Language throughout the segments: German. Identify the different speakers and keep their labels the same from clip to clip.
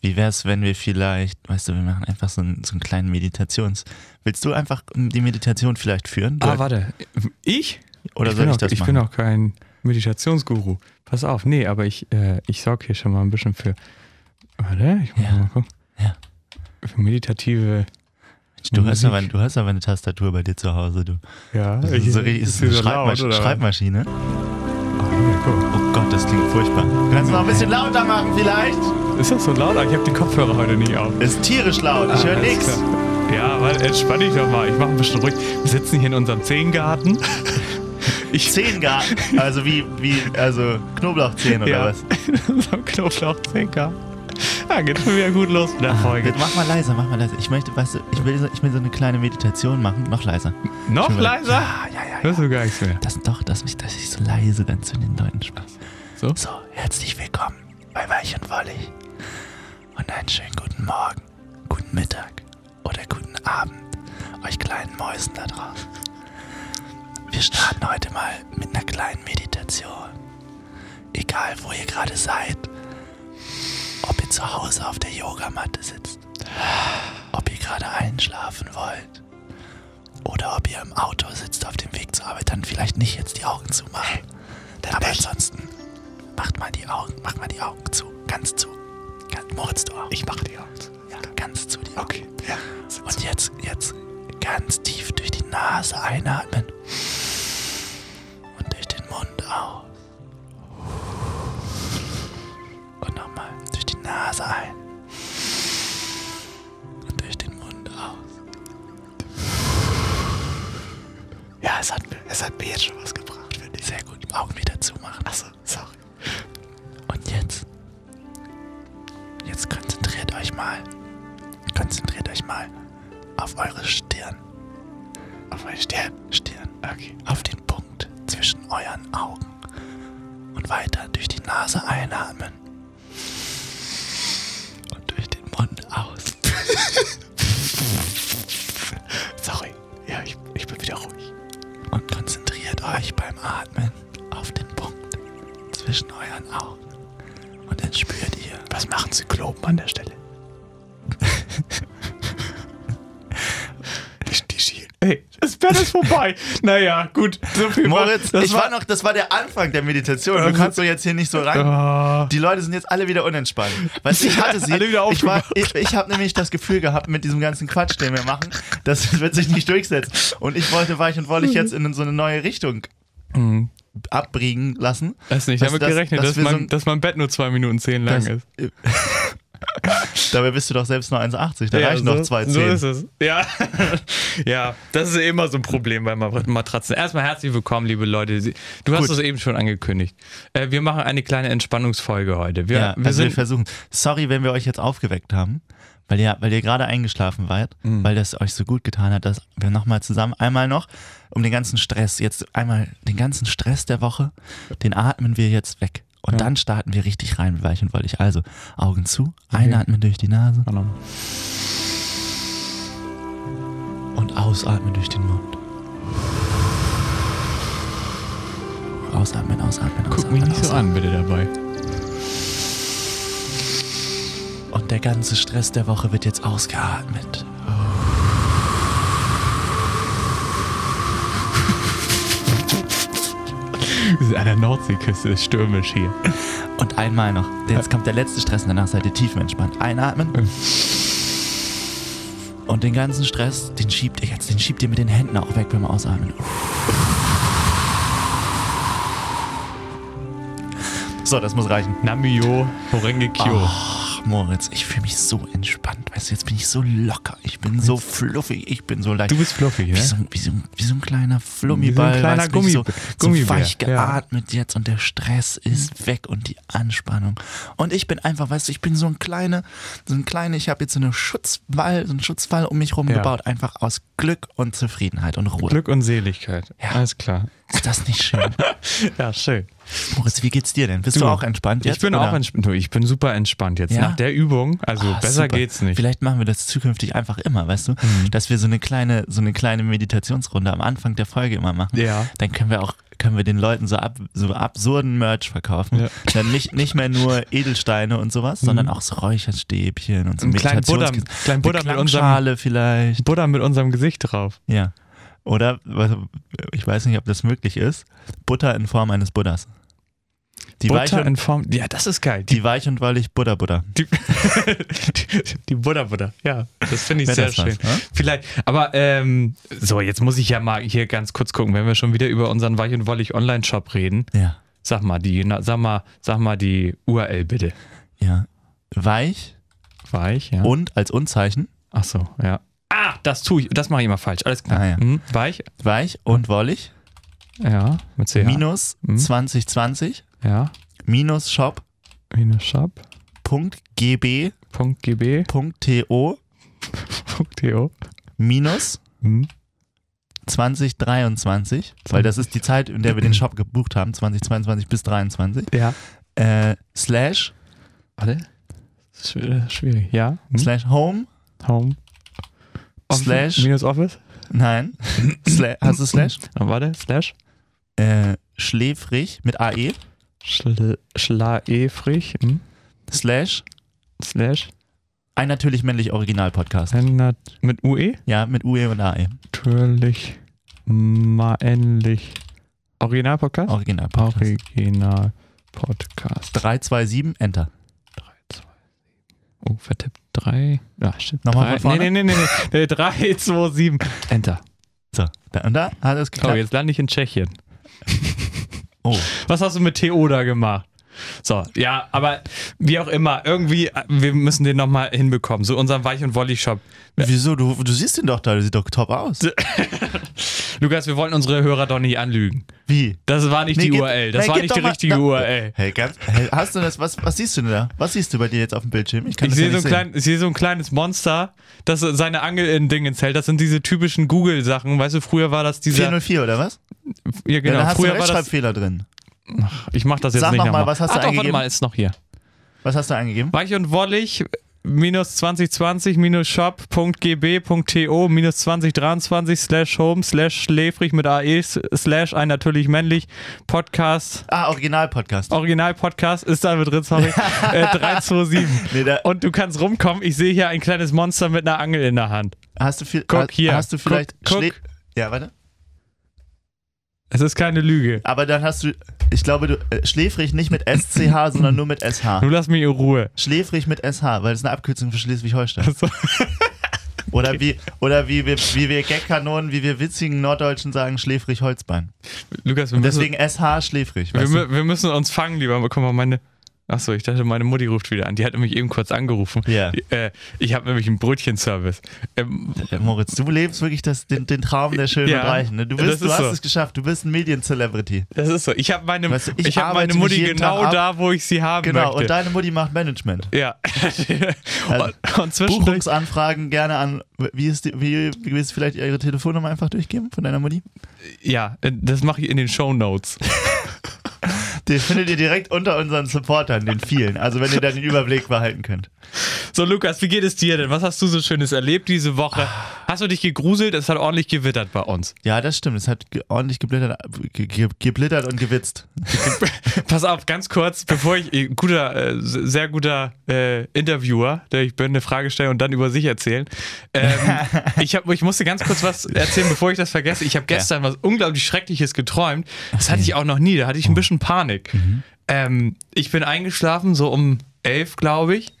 Speaker 1: Wie wäre es, wenn wir vielleicht, weißt du, wir machen einfach so einen, so einen kleinen Meditations. Willst du einfach die Meditation vielleicht führen? Du-
Speaker 2: Ah, warte. Ich?
Speaker 1: Oder
Speaker 2: ich
Speaker 1: soll
Speaker 2: bin
Speaker 1: ich
Speaker 2: auch,
Speaker 1: das
Speaker 2: Ich
Speaker 1: machen?
Speaker 2: bin auch kein Meditationsguru. Pass auf, nee, aber ich, äh, ich saug hier schon mal ein bisschen für. Warte, ich muss
Speaker 1: Ja.
Speaker 2: mal gucken.
Speaker 1: Ja.
Speaker 2: Für meditative.
Speaker 1: du, hast
Speaker 2: Musik.
Speaker 1: aber, du hast aber eine Tastatur bei dir zu Hause, du.
Speaker 2: Ja,
Speaker 1: Das ist, so, richtig- ist
Speaker 2: hier
Speaker 1: eine
Speaker 2: so laut,
Speaker 1: Schreibmasch
Speaker 2: oder?
Speaker 1: Schreibmaschine.
Speaker 2: Ah, ja,
Speaker 1: Oh Gott, das klingt furchtbar. Kannst du noch ein bisschen lauter machen vielleicht?
Speaker 2: guck. Ist das so laut? Ah, Ich habe die Kopfhörer heute nicht auf.
Speaker 1: Ist tierisch laut, ich höre
Speaker 2: Ah, Alles
Speaker 1: nichts.
Speaker 2: klar. Ja, warte, entspann dich doch mal. Ich mache ein bisschen ruhig. Wir sitzen hier in unserem Zehengarten. Ich
Speaker 1: Zehengarten, also wie, wie, also Knoblauchzehen oder
Speaker 2: ja,
Speaker 1: was?
Speaker 2: in unserem Knoblauchzehengarten. Ja, geht schon wieder gut los
Speaker 1: Ah,
Speaker 2: mit der Folge.
Speaker 1: Mach mal leiser, mach mal leiser. Ich möchte, weißt du, ich will so, ich will so eine kleine Meditation machen, noch leiser.
Speaker 2: Noch
Speaker 1: Schon wieder-
Speaker 2: leiser?
Speaker 1: Ja, ja, ja. ja.
Speaker 2: Hörst du gar nichts mehr?
Speaker 1: Das doch, dass mich, dass ich so leise dann zu den Leuten spreche.
Speaker 2: So?
Speaker 1: So, herzlich willkommen bei Weich und Wollig. Und einen schönen guten Morgen, guten Mittag oder guten Abend euch kleinen Mäusen da draußen. Wir starten heute mal mit einer kleinen Meditation. Egal, wo ihr gerade seid, ob ihr zu Hause auf der Yogamatte sitzt, ob ihr gerade einschlafen wollt oder ob ihr im Auto sitzt auf dem Weg zur Arbeit, dann vielleicht nicht jetzt die Augen zumachen. Aber ansonsten macht mal die Augen, macht mal die Augen zu, ganz zu. Ganz, Moritz, du auch.
Speaker 2: Ich mache die Augen.
Speaker 1: Ja, ganz zu die Augen.
Speaker 2: Okay. Ja.
Speaker 1: Und jetzt, jetzt ganz tief durch die Nase einatmen. Und durch den Mund aus. Und nochmal durch die Nase ein. Und durch den Mund aus. Ja, es hat, es hat mir jetzt schon was gebracht, finde ich. Sehr gut. Augen wieder zumachen. Achso, sorry. Und jetzt. Jetzt konzentriert euch mal. Konzentriert euch mal auf eure Stirn. Auf eure Stirn? Stirn. Okay. Auf den Punkt zwischen euren Augen. Und weiter durch die Nase einatmen. Und durch den Mund aus. Sorry. Ja, ich, ich bin wieder ruhig. Und konzentriert euch beim Atmen auf den Punkt zwischen euren Augen. Und dann spürt ihr. Was machen Zyklopen an der Stelle? Die schielen.
Speaker 2: Hey, das Bett ist vorbei. naja, gut. So viel
Speaker 1: Moritz,
Speaker 2: das
Speaker 1: ich war, noch, das war der Anfang der Meditation. Du
Speaker 2: Also-
Speaker 1: kannst doch jetzt hier nicht so rein.
Speaker 2: Ah,
Speaker 1: Die Leute sind jetzt alle wieder unentspannt. Weißt du, ich hatte sie.
Speaker 2: Alle wieder
Speaker 1: ich war,
Speaker 2: aufgewacht.
Speaker 1: ich, ich habe nämlich das Gefühl gehabt, mit diesem ganzen Quatsch, den wir machen, das wird sich nicht durchsetzen. Und ich wollte weich und wollte ich jetzt in so eine neue Richtung
Speaker 2: Mhm.
Speaker 1: abbiegen lassen.
Speaker 2: Hast nicht
Speaker 1: Dass-
Speaker 2: damit
Speaker 1: dass-
Speaker 2: gerechnet,
Speaker 1: dass
Speaker 2: dass,
Speaker 1: wir
Speaker 2: mein,
Speaker 1: so ein-
Speaker 2: dass mein Bett nur zwei Minuten zehn lang
Speaker 1: Das-
Speaker 2: ist.
Speaker 1: Äh. Dabei bist du doch selbst nur 1,80. Da
Speaker 2: Ja,
Speaker 1: reichen
Speaker 2: so,
Speaker 1: noch zwei
Speaker 2: So
Speaker 1: Zehen.
Speaker 2: ist es. Ja. ja, das ist immer so ein Problem bei Mat- Matratzen. Erstmal herzlich willkommen, liebe Leute. Sie- Du hast
Speaker 1: Gut.
Speaker 2: es eben schon angekündigt. Äh, wir machen eine kleine Entspannungsfolge heute. Wir,
Speaker 1: Ja,
Speaker 2: wir
Speaker 1: also wir
Speaker 2: sind.
Speaker 1: versuchen. Sorry, wenn wir euch jetzt aufgeweckt haben, weil ihr, weil ihr gerade eingeschlafen wart,
Speaker 2: Mhm.
Speaker 1: weil das euch so gut getan hat, dass wir nochmal zusammen, einmal noch, um den ganzen Stress, jetzt einmal den ganzen Stress der Woche, den atmen wir jetzt weg. Und
Speaker 2: Ja.
Speaker 1: dann starten wir richtig rein, mit weich und wollig. Also, Augen zu, einatmen durch die Nase und ausatmen durch den Mund. Ausatmen, ausatmen, ausatmen.
Speaker 2: Guck mich nicht so
Speaker 1: ausatmen.
Speaker 2: an, bitte dabei.
Speaker 1: Und der ganze Stress der Woche wird jetzt ausgeatmet.
Speaker 2: Wir sind an der Nordseeküste, ist stürmisch hier. Äh.
Speaker 1: Und einmal noch. Jetzt kommt der letzte Stress und danach seid ihr tiefenentspannt. Einatmen. Und den ganzen Stress, den schiebt ihr jetzt, den schiebt ihr mit den Händen auch weg beim Ausatmen. So, das muss reichen. Ah.
Speaker 2: Namio Horenge Kyo.
Speaker 1: Ach, Moritz, ich fühle mich so entspannt. Weißt du, jetzt bin ich so locker. Ich bin so fluffig. Ich bin so leicht.
Speaker 2: Du bist fluffig,
Speaker 1: Wie
Speaker 2: ne?
Speaker 1: so, ein- wie, so, ein- wie so ein kleiner Flummiball.
Speaker 2: Wie so ein kleiner
Speaker 1: weißt du, bin ich
Speaker 2: Gummi-
Speaker 1: so, so
Speaker 2: Gummibär,
Speaker 1: weich
Speaker 2: ja. Mhm.
Speaker 1: geatmet jetzt und der Stress ist weg und die Anspannung. Und ich bin einfach, weißt du, ich bin so ein kleiner, so ein kleiner, ich habe jetzt so eine Schutzwall, so einen Schutzwall um mich rum
Speaker 2: Ja.
Speaker 1: gebaut, einfach aus Glück und Zufriedenheit und Ruhe.
Speaker 2: Glück und Seligkeit.
Speaker 1: Ja.
Speaker 2: Alles klar.
Speaker 1: Ist das nicht schön?
Speaker 2: Ja, schön.
Speaker 1: Moritz, wie geht's dir denn? Bist du,
Speaker 2: Du,
Speaker 1: auch entspannt jetzt?
Speaker 2: ich bin
Speaker 1: oder?
Speaker 2: auch entspannt. Du, Ich bin super entspannt jetzt.
Speaker 1: Ja?
Speaker 2: Nach der Übung, also
Speaker 1: Ah,
Speaker 2: besser
Speaker 1: super.
Speaker 2: geht's nicht. Mhm.
Speaker 1: Vielleicht machen wir das zukünftig einfach immer, weißt du? Dass wir so eine kleine, so eine kleine Meditationsrunde am Anfang der Folge immer machen.
Speaker 2: Ja.
Speaker 1: Dann können wir auch können wir den Leuten so, ab, so absurden Merch verkaufen.
Speaker 2: Ja. Mhm.
Speaker 1: Dann nicht, nicht mehr nur Edelsteine und sowas, sondern auch so Räucherstäbchen und so
Speaker 2: Einen kleinen Buddha,
Speaker 1: Meditations-
Speaker 2: kleinen Buddha,
Speaker 1: eine
Speaker 2: mit unserem,
Speaker 1: Klangschale vielleicht.
Speaker 2: Buddha mit unserem Gesicht drauf.
Speaker 1: Ja. Oder, was- ich weiß nicht, ob das möglich ist, Butter in Form eines Buddhas. Die, weich
Speaker 2: Butter
Speaker 1: und,
Speaker 2: in Form. Ja, das ist geil. Die,
Speaker 1: die weich und weilig Buddha Buddha.
Speaker 2: die, die, die Buddha Buddha. Ja, das finde ich
Speaker 1: Wär
Speaker 2: sehr
Speaker 1: das
Speaker 2: schön.
Speaker 1: was, ne?
Speaker 2: Vielleicht, aber ähm, so, jetzt muss ich ja mal hier ganz kurz gucken, wenn wir schon wieder über unseren Weich und Wollig Online-Shop reden.
Speaker 1: Ja.
Speaker 2: Sag mal, die, na, sag mal, sag mal die URL bitte.
Speaker 1: Ja. Weich
Speaker 2: Weich, ja.
Speaker 1: und als Unzeichen.
Speaker 2: Ach so, ja. Ah, das tue ich, das mache ich immer falsch. Alles klar.
Speaker 1: Ah, ja.
Speaker 2: Hm, weich,
Speaker 1: Weich und wollig.
Speaker 2: ja, mit CH.
Speaker 1: Minus
Speaker 2: Mhm.
Speaker 1: 2020.
Speaker 2: ja,
Speaker 1: Minus
Speaker 2: minus shop.
Speaker 1: shop.gb.to
Speaker 2: Punkt GB. Punkt TO.
Speaker 1: minus
Speaker 2: Hm.
Speaker 1: 2023. Weil das ist die Zeit, in der wir den Shop gebucht haben. 2022 bis 23.
Speaker 2: Ja.
Speaker 1: Äh, slash,
Speaker 2: Warte. Das ist schw- schwierig. Ja. Hm.
Speaker 1: slash home.
Speaker 2: Home.
Speaker 1: Slash.
Speaker 2: Minus Office.
Speaker 1: Nein. Sla hast du slash?
Speaker 2: Ah, warte. Slash.
Speaker 1: Äh, schläfrig mit E, AE.
Speaker 2: Schl Schlaefrig. Hm.
Speaker 1: Slash
Speaker 2: Slash.
Speaker 1: ein natürlich männlich Original Podcast.
Speaker 2: Ändert mit E? UE.
Speaker 1: Ja, mit UE und E, AE.
Speaker 2: Natürlich. Mal ähnlich. Original Podcast?
Speaker 1: Original Podcast.
Speaker 2: Oh, Original Podcast.
Speaker 1: 327, Enter.
Speaker 2: Drei, zwei, sieben. Oh, vertippt. Drei. Ah, shit.
Speaker 1: Nochmal
Speaker 2: drei.
Speaker 1: von vorne?
Speaker 2: Nee, nee, nee, nee, nee. nee. Drei, zwei, sieben. Enter.
Speaker 1: So, da, und da hat es
Speaker 2: Oh,
Speaker 1: geklappt.
Speaker 2: jetzt lande ich in Tschechien.
Speaker 1: Oh,
Speaker 2: Was hast du mit TO da gemacht? So, ja, aber wie auch immer, irgendwie, äh, wir müssen den nochmal hinbekommen. So unseren Weich- und Volley-Shop.
Speaker 1: wieso? Du, du siehst ihn doch da, der sieht doch top aus.
Speaker 2: Lukas, wir wollten unsere Hörer doch nicht anlügen.
Speaker 1: Wie?
Speaker 2: Das war nicht
Speaker 1: Nee,
Speaker 2: die
Speaker 1: gib-
Speaker 2: URL. Das
Speaker 1: nee,
Speaker 2: war
Speaker 1: gib
Speaker 2: nicht
Speaker 1: doch
Speaker 2: die
Speaker 1: mal-
Speaker 2: richtige
Speaker 1: na-
Speaker 2: URL.
Speaker 1: Hey, ganz, hey, hast du das? Was, was siehst du denn da? Was siehst du bei dir jetzt auf dem Bildschirm? kann
Speaker 2: Ich
Speaker 1: das
Speaker 2: sehe
Speaker 1: ja
Speaker 2: so,
Speaker 1: nicht
Speaker 2: ein
Speaker 1: sehen.
Speaker 2: klein, ich sehe so ein kleines Monster, das seine Angel in Dingen hält. Das sind diese typischen Google-Sachen. Weißt du, früher war das dieser.
Speaker 1: 404 oder was?
Speaker 2: Ja,
Speaker 1: Ja,
Speaker 2: genau.
Speaker 1: dann hast du
Speaker 2: Früher
Speaker 1: einen
Speaker 2: war das.
Speaker 1: Rechtschreibfehler drin.
Speaker 2: Ich mach das jetzt
Speaker 1: Sag
Speaker 2: nicht
Speaker 1: noch mal,
Speaker 2: nochmal.
Speaker 1: was hast du
Speaker 2: Ach, doch, warte
Speaker 1: eingegeben?
Speaker 2: mal, ist noch hier.
Speaker 1: Was hast du eingegeben?
Speaker 2: Weich und Wollig minus 2020 minus shop.gb.to minus 2023 slash home slash schläfrig mit AE slash ein natürlich männlich Podcast
Speaker 1: Ah, Original-Podcast.
Speaker 2: Original Podcast ist da mit drin, sorry. äh, 327.
Speaker 1: Nee, da
Speaker 2: Und du kannst rumkommen. Ich sehe hier ein kleines Monster mit einer Angel in der Hand.
Speaker 1: hast du viel.
Speaker 2: Guck
Speaker 1: hast,
Speaker 2: hier.
Speaker 1: Hast du
Speaker 2: Guck,
Speaker 1: vielleicht.
Speaker 2: guck.
Speaker 1: Schlä- Ja, warte.
Speaker 2: Es ist keine Lüge.
Speaker 1: Aber dann hast du. Ich glaube, du äh, schläfrig nicht mit SCH, sondern nur mit SH.
Speaker 2: Du lass mich in Ruhe.
Speaker 1: Schläfrig mit SH, weil das ist eine Abkürzung für Schleswig-Holstein.
Speaker 2: So.
Speaker 1: Oder wie, oder wie wir, wie wir Gagkanonen, wie wir witzigen Norddeutschen sagen, schläfrig Holzbein.
Speaker 2: Lukas, wir müssen,
Speaker 1: Deswegen SH schläfrig.
Speaker 2: wir,
Speaker 1: Weißt du?
Speaker 2: mü- wir müssen uns fangen, lieber. Guck mal, meine. Achso, ich dachte, meine Mutti ruft wieder an. Die hat nämlich eben kurz angerufen.
Speaker 1: Ja.
Speaker 2: Äh, ich habe nämlich einen Brötchenservice. Ähm,
Speaker 1: Ja, Moritz, du lebst wirklich das, den, den Traum der Schönen
Speaker 2: Ja,
Speaker 1: und Reichen. Ne? Du,
Speaker 2: das
Speaker 1: bist, du
Speaker 2: ist
Speaker 1: hast
Speaker 2: so.
Speaker 1: es geschafft, du bist ein Medien-Celebrity.
Speaker 2: das ist so. Ich habe meine,
Speaker 1: Weißt du, ich
Speaker 2: ich hab meine
Speaker 1: arbeite mich
Speaker 2: Mutti
Speaker 1: jeden Tag
Speaker 2: genau
Speaker 1: ab.
Speaker 2: da, wo ich sie haben
Speaker 1: Genau,
Speaker 2: möchte.
Speaker 1: und deine Mutti macht Management.
Speaker 2: ja.
Speaker 1: Also,
Speaker 2: und, und zwischendurch.
Speaker 1: Buchungsanfragen gerne an, wie ist, die, wie, wie willst du vielleicht ihre Telefonnummer einfach durchgeben von deiner Mutti?
Speaker 2: Ja, äh, das mache ich in den Show Notes.
Speaker 1: Den findet ihr direkt unter unseren Supportern, den vielen. Also wenn ihr da den Überblick behalten könnt.
Speaker 2: So, Lukas, wie geht es dir denn? Was hast du so Schönes erlebt diese Woche?
Speaker 1: Ah.
Speaker 2: Hast du dich gegruselt? Es hat ordentlich gewittert bei uns.
Speaker 1: Ja, das stimmt. Es hat ge- ordentlich geblittert, ge ge geblittert und gewitzt.
Speaker 2: Pass auf, ganz kurz, bevor ich äh, guter, äh, sehr guter äh, Interviewer, der ich bin, eine Frage stelle und dann über sich erzählen. Ähm, ich, hab, ich musste ganz kurz was erzählen, bevor ich das vergesse. Ich habe gestern was unglaublich Schreckliches geträumt. Das hatte ich auch noch nie. Da hatte ich ein bisschen Panik. Ähm, ich bin eingeschlafen, so um elf, glaube ich.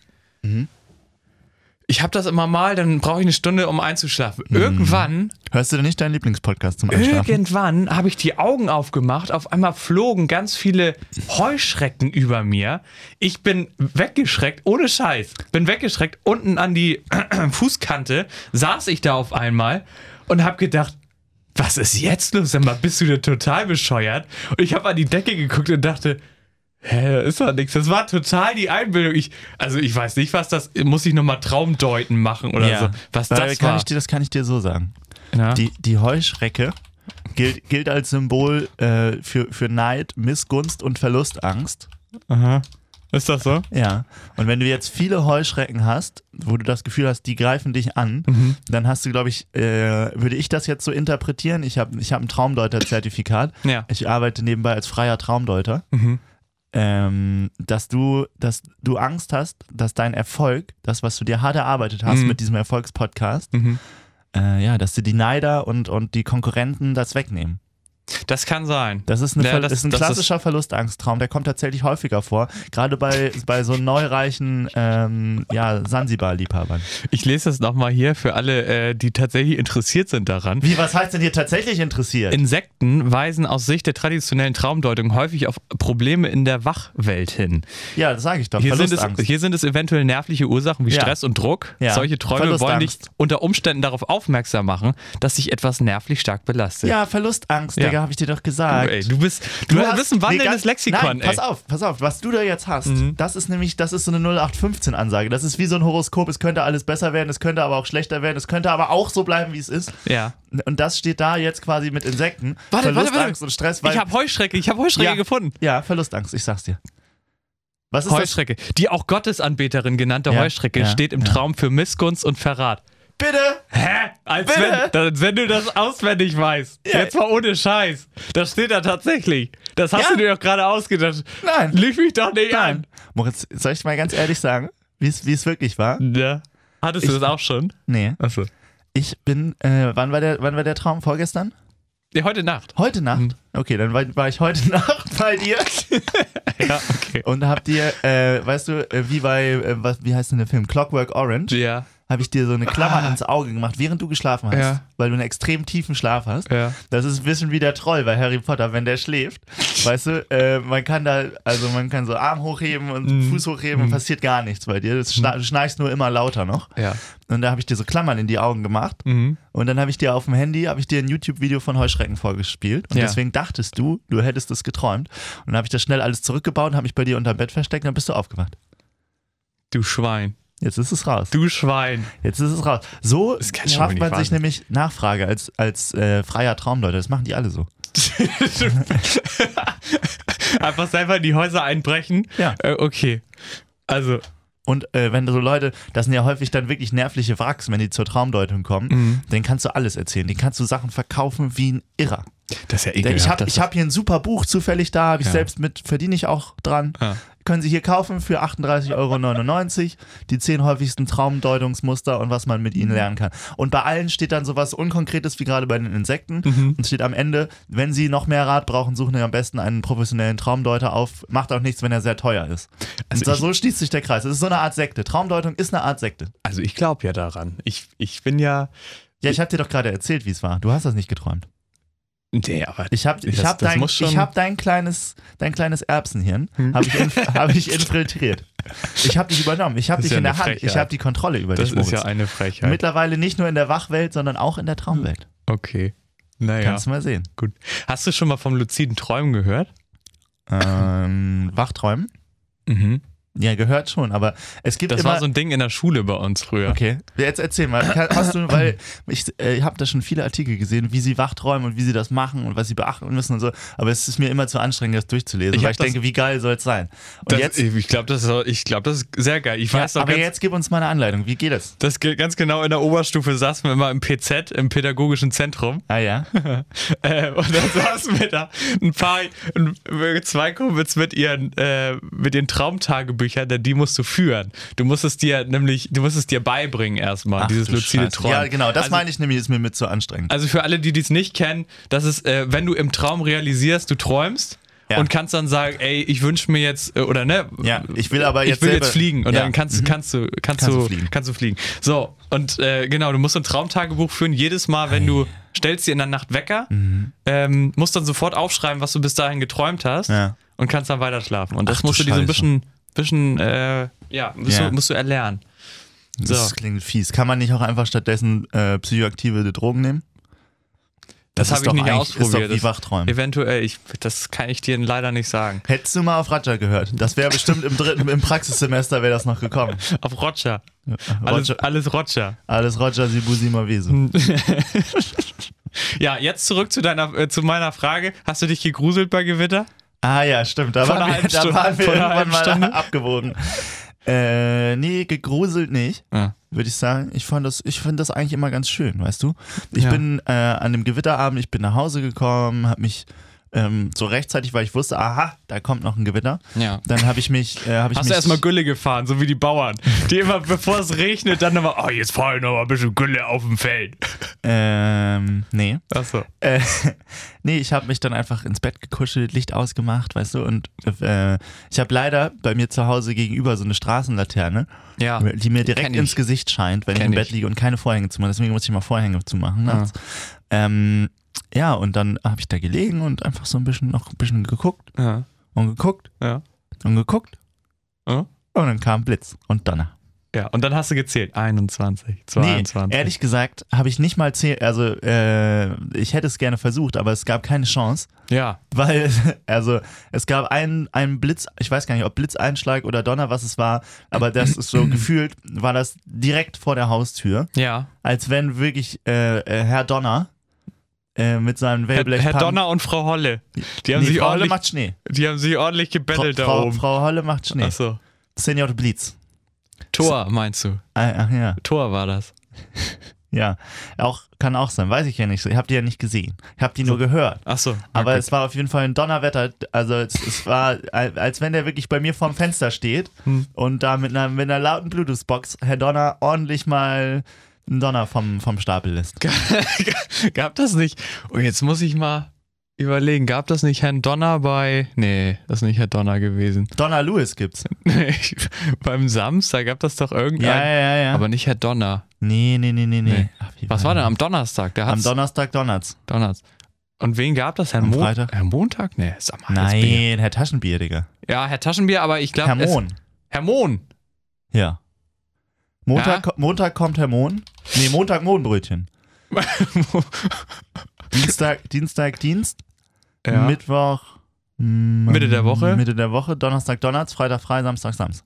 Speaker 2: Ich habe das immer mal, dann brauche ich eine Stunde, um einzuschlafen. Irgendwann
Speaker 1: Hörst du denn nicht deinen Lieblingspodcast zum Einschlafen?
Speaker 2: Irgendwann habe ich die Augen aufgemacht, auf einmal flogen ganz viele Heuschrecken über mir. Ich bin weggeschreckt, ohne Scheiß. Bin weggeschreckt, unten an die Fußkante saß ich da auf einmal und habe gedacht, was ist jetzt los? Sag mal, bist du denn total bescheuert? Und ich habe an die Decke geguckt und dachte, hä, da ist doch nichts. Das war total die Einbildung. Ich, also ich weiß nicht, was das, muss ich nochmal Traumdeuten machen oder so. Was
Speaker 1: Weil
Speaker 2: das
Speaker 1: kann
Speaker 2: war. ne?
Speaker 1: Ich dir, das kann ich dir so sagen.
Speaker 2: Na?
Speaker 1: Die, die Heuschrecke gilt, gilt als Symbol äh, für, für Neid, Missgunst und Verlustangst.
Speaker 2: Aha. Ist das so?
Speaker 1: Ja. Und wenn du jetzt viele Heuschrecken hast, wo du das Gefühl hast, die greifen dich an,
Speaker 2: Mhm.
Speaker 1: dann hast du, glaube ich, äh, würde ich das jetzt so interpretieren? Ich habe ich hab ein Traumdeuter-Zertifikat.
Speaker 2: Ja. Mhm.
Speaker 1: Ich arbeite nebenbei als freier Traumdeuter. Ähm, dass du, dass du Angst hast, dass dein Erfolg, das, was du dir hart erarbeitet hast
Speaker 2: Mhm.
Speaker 1: mit diesem Erfolgspodcast,
Speaker 2: Mhm.
Speaker 1: äh, ja, dass dir die Neider und, und die Konkurrenten das wegnehmen.
Speaker 2: Das kann sein.
Speaker 1: Das ist, eine,
Speaker 2: Ja,
Speaker 1: Ver-
Speaker 2: das-
Speaker 1: ist ein
Speaker 2: das ist-
Speaker 1: klassischer Verlustangsttraum. Der kommt tatsächlich häufiger vor. Gerade bei, bei so neureichen ähm, ja, Sansibar-Liebhabern.
Speaker 2: Ich lese das nochmal hier für alle, äh, die tatsächlich interessiert sind daran.
Speaker 1: Wie, was heißt denn hier tatsächlich interessiert?
Speaker 2: Insekten weisen aus Sicht der traditionellen Traumdeutung häufig auf Probleme in der Wachwelt hin.
Speaker 1: ja, das sage ich doch.
Speaker 2: Hier sind, es,
Speaker 1: Verlustangst.
Speaker 2: hier sind es eventuell nervliche Ursachen wie
Speaker 1: Ja.
Speaker 2: Stress und Druck.
Speaker 1: Ja.
Speaker 2: Solche Träume wollen dich
Speaker 1: Verlustangst.
Speaker 2: unter Umständen darauf aufmerksam machen, dass sich etwas nervlich stark belastet.
Speaker 1: ja, Verlustangst,
Speaker 2: Ja.
Speaker 1: Digga, habe ich dir doch
Speaker 2: Du,
Speaker 1: gesagt.
Speaker 2: ey, du bist, du
Speaker 1: hast-
Speaker 2: bist ein wandelndes
Speaker 1: nee, ganz-
Speaker 2: Lexikon,
Speaker 1: nein, Pass
Speaker 2: ey. Mhm.
Speaker 1: auf, pass auf, was du da jetzt hast, das ist nämlich, das ist so eine 0815-Ansage. Das ist wie so ein Horoskop, es könnte alles besser werden, es könnte aber auch schlechter werden, es könnte aber auch so bleiben, wie es ist.
Speaker 2: Ja.
Speaker 1: Und das steht da jetzt quasi mit Insekten.
Speaker 2: Warte, warte,
Speaker 1: Verlustangst
Speaker 2: warte.
Speaker 1: und Stress, weil.
Speaker 2: Ich habe Heuschrecke, ich habe Heuschrecke
Speaker 1: Ja.
Speaker 2: gefunden.
Speaker 1: ja, Verlustangst, ich sag's dir. Was ist das?
Speaker 2: Heuschrecke, die auch Gottesanbeterin genannte
Speaker 1: Ja,
Speaker 2: Heuschrecke,
Speaker 1: ja,
Speaker 2: steht im
Speaker 1: ja.
Speaker 2: Traum für Missgunst und Verrat.
Speaker 1: Bitte!
Speaker 2: Hä? Als
Speaker 1: Bitte?
Speaker 2: wenn, als wenn du das auswendig weißt.
Speaker 1: Ja.
Speaker 2: Jetzt mal ohne Scheiß. Das steht da tatsächlich. Das hast
Speaker 1: Ja.
Speaker 2: du dir doch gerade ausgedacht.
Speaker 1: Nein.
Speaker 2: Lüg mich doch nicht
Speaker 1: Nein. Moritz, soll ich mal ganz ehrlich sagen, wie es wie es wirklich war?
Speaker 2: an. Ja. Hattest du das auch schon?
Speaker 1: Nee.
Speaker 2: Achso.
Speaker 1: Ich bin, äh, wann war der, wann war der Traum? Vorgestern?
Speaker 2: Ja, heute Nacht.
Speaker 1: Heute
Speaker 2: Hm.
Speaker 1: Nacht? Okay, dann war, war ich heute Nacht bei dir.
Speaker 2: Ja, okay.
Speaker 1: Und hab dir, äh, weißt du, äh, wie bei, äh, was, wie heißt denn der Film? Clockwork Orange,
Speaker 2: Ja, Ah.
Speaker 1: habe ich dir so eine Klammer ins Auge gemacht, während du geschlafen hast,
Speaker 2: Ja.
Speaker 1: weil du einen extrem tiefen Schlaf hast.
Speaker 2: ja.
Speaker 1: Das ist ein bisschen wie der Troll bei Harry Potter, wenn der schläft. Weißt du, äh, man kann da, also man kann so Arm hochheben und
Speaker 2: Mhm.
Speaker 1: Fuß hochheben und passiert gar nichts bei dir. Du schna du schnarchst nur immer lauter noch.
Speaker 2: Ja. Mhm.
Speaker 1: Und da habe ich dir so Klammern in die Augen gemacht. Und dann habe ich dir auf dem Handy, habe ich dir ein YouTube-Video von Heuschrecken vorgespielt. Und
Speaker 2: Ja.
Speaker 1: deswegen dachtest du, du hättest es geträumt. Und dann habe ich das schnell alles zurückgebaut und habe mich bei dir unter Bett versteckt und dann bist du aufgewacht.
Speaker 2: Du Schwein.
Speaker 1: Jetzt ist es raus.
Speaker 2: Du Schwein.
Speaker 1: Jetzt ist es raus. So
Speaker 2: Das kann schon wohl
Speaker 1: schafft
Speaker 2: nicht
Speaker 1: man
Speaker 2: wahr
Speaker 1: sich
Speaker 2: sein.
Speaker 1: nämlich Nachfrage als, als äh, freier Traumdeuter. Das machen die alle so.
Speaker 2: Einfach selber in die Häuser einbrechen.
Speaker 1: Ja.
Speaker 2: Äh, okay. Also,
Speaker 1: Und äh, wenn so Leute, das sind ja häufig dann wirklich nervliche Wracks, wenn die zur Traumdeutung kommen, denen kannst du alles erzählen. Den kannst du Sachen verkaufen wie ein Irrer.
Speaker 2: das ist ja
Speaker 1: Denn
Speaker 2: ekelhaft.
Speaker 1: ich habe
Speaker 2: dass
Speaker 1: ich hab hier ein super Buch zufällig da, habe ich
Speaker 2: Ja.
Speaker 1: selbst mit, verdiene ich auch dran.
Speaker 2: Ja.
Speaker 1: Können Sie hier kaufen für 38,99 Euro die zehn häufigsten Traumdeutungsmuster und was man mit ihnen lernen kann. Und bei allen steht dann sowas Unkonkretes wie gerade bei den Insekten
Speaker 2: Mhm.
Speaker 1: und steht am Ende, wenn Sie noch mehr Rat brauchen, suchen Sie am besten einen professionellen Traumdeuter auf. Macht auch nichts, wenn er sehr teuer ist.
Speaker 2: Also
Speaker 1: und
Speaker 2: ich-
Speaker 1: so, so schließt sich der Kreis. Es ist so eine Art Sekte. Traumdeutung ist eine Art Sekte.
Speaker 2: Also ich glaube ja daran. Ich, ich bin ja.
Speaker 1: Ja, ich habe dir doch gerade erzählt, wie es war. Du hast das nicht geträumt.
Speaker 2: Nee, aber
Speaker 1: Ich habe ich
Speaker 2: Das-
Speaker 1: hab
Speaker 2: das
Speaker 1: dein,
Speaker 2: muss schon- Hm?
Speaker 1: ich hab dein kleines, dein kleines Erbsenhirn habe ich, inf hab ich infiltriert. Ich habe dich übernommen. Ich habe
Speaker 2: Das
Speaker 1: dich
Speaker 2: ist ja
Speaker 1: in der
Speaker 2: eine
Speaker 1: Hand. Ich
Speaker 2: Frechheit.
Speaker 1: habe die Kontrolle über
Speaker 2: das
Speaker 1: dich.
Speaker 2: ist
Speaker 1: Moritz.
Speaker 2: ja Hm. eine Frechheit.
Speaker 1: Mittlerweile nicht nur in der Wachwelt, sondern auch in der Traumwelt.
Speaker 2: okay. Naja,
Speaker 1: Kannst du mal sehen.
Speaker 2: gut. Hast du schon mal vom luziden Träumen gehört?
Speaker 1: Ähm, Wachträumen?
Speaker 2: Mhm.
Speaker 1: Ja, gehört schon, aber es gibt
Speaker 2: Das
Speaker 1: immer.
Speaker 2: war so ein Ding in der Schule bei uns früher.
Speaker 1: Okay, jetzt erzähl mal. Kann- Hast du, weil ich äh, habe da schon viele Artikel gesehen, wie sie wachträumen und wie sie das machen und was sie beachten müssen und so. Aber es ist mir immer zu anstrengend, das durchzulesen,
Speaker 2: Ich hab
Speaker 1: weil ich
Speaker 2: das-
Speaker 1: denke, wie geil soll es sein? Und
Speaker 2: Das,
Speaker 1: jetzt,
Speaker 2: ich glaube, das, ist- ich glaub, das ist sehr geil. Ich
Speaker 1: ja,
Speaker 2: weiß noch
Speaker 1: aber
Speaker 2: ganz,
Speaker 1: jetzt gib uns mal eine Anleitung. Wie geht das?
Speaker 2: das geht ganz genau in der Oberstufe saßen wir immer im PZ, im pädagogischen Zentrum.
Speaker 1: Ah ja.
Speaker 2: Äh, und dann saßen wir da ein paar, ein, zwei Kumpels mit ihren, äh, mit ihren Traumtagebüchern, denn die musst du führen. Du musst es dir nämlich, du musst es dir beibringen erstmal,
Speaker 1: Ach,
Speaker 2: dieses
Speaker 1: du
Speaker 2: luzide
Speaker 1: Scheiße.
Speaker 2: Träumen.
Speaker 1: Ja, genau. Das
Speaker 2: also,
Speaker 1: meine ich nämlich, ist mir mit zu anstrengend.
Speaker 2: Also für alle, die dies nicht kennen, das ist, äh, wenn du im Traum realisierst, du träumst.
Speaker 1: Ja.
Speaker 2: Und kannst dann sagen, ey, ich wünsche mir jetzt, äh, oder ne?
Speaker 1: Ja, ich will aber jetzt
Speaker 2: Ich will
Speaker 1: selber-
Speaker 2: jetzt fliegen. Und
Speaker 1: Ja. Mhm.
Speaker 2: dann kannst, du kannst du, kannst,
Speaker 1: Kannst
Speaker 2: du,
Speaker 1: du fliegen.
Speaker 2: kannst du fliegen. So, und äh, genau, du musst ein Traumtagebuch führen. Jedes Mal, wenn du stellst dir in der Nacht Wecker,
Speaker 1: Mhm.
Speaker 2: ähm, musst dann sofort aufschreiben, was du bis dahin geträumt hast
Speaker 1: Ja.
Speaker 2: und kannst dann weiter schlafen. Und das
Speaker 1: Ach du
Speaker 2: musst du dir so
Speaker 1: Scheiße.
Speaker 2: ein bisschen, bisschen äh, ja, musst,
Speaker 1: Ja.
Speaker 2: Du, musst du erlernen. So.
Speaker 1: Das klingt fies. Kann man nicht auch einfach stattdessen äh, psychoaktive Drogen nehmen?
Speaker 2: Das,
Speaker 1: ist
Speaker 2: habe ich
Speaker 1: doch
Speaker 2: nicht
Speaker 1: eigentlich-
Speaker 2: ausprobiert.
Speaker 1: Ist doch wie
Speaker 2: Das-
Speaker 1: Wachträumen.
Speaker 2: Eventuell, ich, das kann ich dir leider nicht sagen.
Speaker 1: Hättest du mal auf Raja gehört. Das wäre bestimmt im dritten, im Praxissemester wäre das noch gekommen.
Speaker 2: Auf Roger. Alles,
Speaker 1: Roger,
Speaker 2: alles Roger.
Speaker 1: alles Roger Sibusi Mavesu.
Speaker 2: Hm. Ja, jetzt zurück zu deiner, äh, zu meiner Frage. Hast du dich gegruselt bei Gewitter?
Speaker 1: Ah ja, stimmt. Da
Speaker 2: Vor einer
Speaker 1: waren wir,
Speaker 2: halben
Speaker 1: da
Speaker 2: Stunde-
Speaker 1: waren wir
Speaker 2: vor einer
Speaker 1: irgendwann
Speaker 2: halben
Speaker 1: mal
Speaker 2: Stunde.
Speaker 1: abgewogen. Äh, nee, gegruselt nicht,
Speaker 2: Ja.
Speaker 1: würde ich sagen. Ich fand das, ich finde das eigentlich immer ganz schön, weißt du? Ich
Speaker 2: Ja.
Speaker 1: bin äh, an dem Gewitterabend, ich bin nach Hause gekommen, habe mich ähm, so rechtzeitig, weil ich wusste, aha, da kommt noch ein Gewitter.
Speaker 2: Ja.
Speaker 1: Dann habe ich mich, äh, habe ich
Speaker 2: Hast du
Speaker 1: mich
Speaker 2: erstmal Gülle gefahren, so wie die Bauern, die immer, bevor es regnet, dann immer, oh, jetzt fallen noch mal ein bisschen Gülle auf dem Feld.
Speaker 1: ähm, nee.
Speaker 2: Achso.
Speaker 1: Äh, nee, ich habe mich dann einfach ins Bett gekuschelt, Licht ausgemacht, weißt du, und äh, ich habe leider bei mir zu Hause gegenüber so eine Straßenlaterne,
Speaker 2: Ja.
Speaker 1: die mir direkt
Speaker 2: Ah, Kenn ich.
Speaker 1: ins Gesicht scheint, wenn ich
Speaker 2: Kenn
Speaker 1: im Bett
Speaker 2: ich. Ah.
Speaker 1: liege und keine Vorhänge zu machen. Deswegen muss ich mal Vorhänge zu machen. nachts. Ähm, ja, und dann habe ich da gelegen und einfach so ein bisschen noch ein bisschen geguckt
Speaker 2: Ja.
Speaker 1: und geguckt
Speaker 2: Ja.
Speaker 1: und geguckt.
Speaker 2: Ja.
Speaker 1: Und dann kam Blitz und Donner.
Speaker 2: ja. Und dann hast du gezählt. 21, 22.
Speaker 1: Nee, ehrlich gesagt habe ich nicht mal zählt, also äh, ich hätte es gerne versucht, aber es gab keine Chance.
Speaker 2: Ja.
Speaker 1: Weil, also, es gab einen, einen Blitz, ich weiß gar nicht, ob Blitzeinschlag oder Donner, was es war, aber das ist so gefühlt, war das direkt vor der Haustür,
Speaker 2: Ja.
Speaker 1: als wenn wirklich äh, äh, Herr Donner äh, mit seinem
Speaker 2: Herr,
Speaker 1: Wellblech.
Speaker 2: Herr Donner und Frau Holle. Die haben,
Speaker 1: nee,
Speaker 2: sich,
Speaker 1: Frau Holle
Speaker 2: ordentlich,
Speaker 1: macht Schnee.
Speaker 2: die haben sich ordentlich
Speaker 1: Frau,
Speaker 2: gebettelt da
Speaker 1: Frau,
Speaker 2: oben.
Speaker 1: Frau Holle macht Schnee.
Speaker 2: Achso.
Speaker 1: Senior Blitz.
Speaker 2: Tor, meinst du?
Speaker 1: Ah, Ach ja,
Speaker 2: Tor war das.
Speaker 1: ja. Auch, kann auch sein, weiß ich ja nicht. Ich habe die ja nicht gesehen. Ich habe die nur gehört.
Speaker 2: Achso.
Speaker 1: Aber es war auf jeden Fall ein Donnerwetter. Also es, es war, al- als wenn der wirklich bei mir vorm Fenster steht und da mit einer, mit einer lauten Bluetooth-Box Herr Donner ordentlich mal einen Donner vom, vom Stapel lässt.
Speaker 2: gab das nicht. Und jetzt muss ich mal überlegen, gab das nicht Herrn Donner bei. Nee, das ist nicht Herr Donner gewesen.
Speaker 1: Donner Lewis gibt's.
Speaker 2: Nee, beim Samstag gab das doch irgendein.
Speaker 1: Ja, ja, ja, ja.
Speaker 2: Aber nicht Herr Donner.
Speaker 1: nee, nee, nee, nee, nee.
Speaker 2: Nee.
Speaker 1: Ach, wie
Speaker 2: Was war denn am Donnerstag? Da
Speaker 1: Am
Speaker 2: hat's
Speaker 1: Donnerstag Donnerts.
Speaker 2: Donners. Und wen gab das? Herr
Speaker 1: Am
Speaker 2: Mo
Speaker 1: Freitag?
Speaker 2: Herr Montag? Nee, sag mal. das Ah, Bier.
Speaker 1: Nein, Herr Taschenbier, Digga.
Speaker 2: Ja, Herr Taschenbier, aber ich glaube.
Speaker 1: Herr Mohn.
Speaker 2: Herr Mohn.
Speaker 1: Ja. Montag, ko- Montag kommt Herr Mohn. Nee, Montag Mohnbrötchen. Dienstag, Dienstag Dienst.
Speaker 2: ja.
Speaker 1: Mittwoch. mm,
Speaker 2: Mitte der Woche.
Speaker 1: Mitte der Woche, Donnerstag, Donnerstag, Freitag, frei, Samstag, Samstag.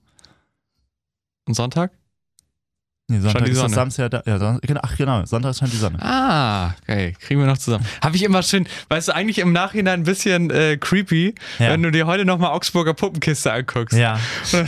Speaker 2: Und Sonntag?
Speaker 1: Nee, Sonntag
Speaker 2: die
Speaker 1: ist das
Speaker 2: Sonne.
Speaker 1: Samstag, ja, da- ja, Son- genau, ach genau, Sonntag scheint die Sonne.
Speaker 2: Ah, okay. Kriegen wir noch zusammen. Habe ich immer schön, weißt du, eigentlich im Nachhinein ein bisschen äh, creepy,
Speaker 1: Ja.
Speaker 2: wenn du dir heute nochmal Augsburger Puppenkiste anguckst.
Speaker 1: Ja,
Speaker 2: Eine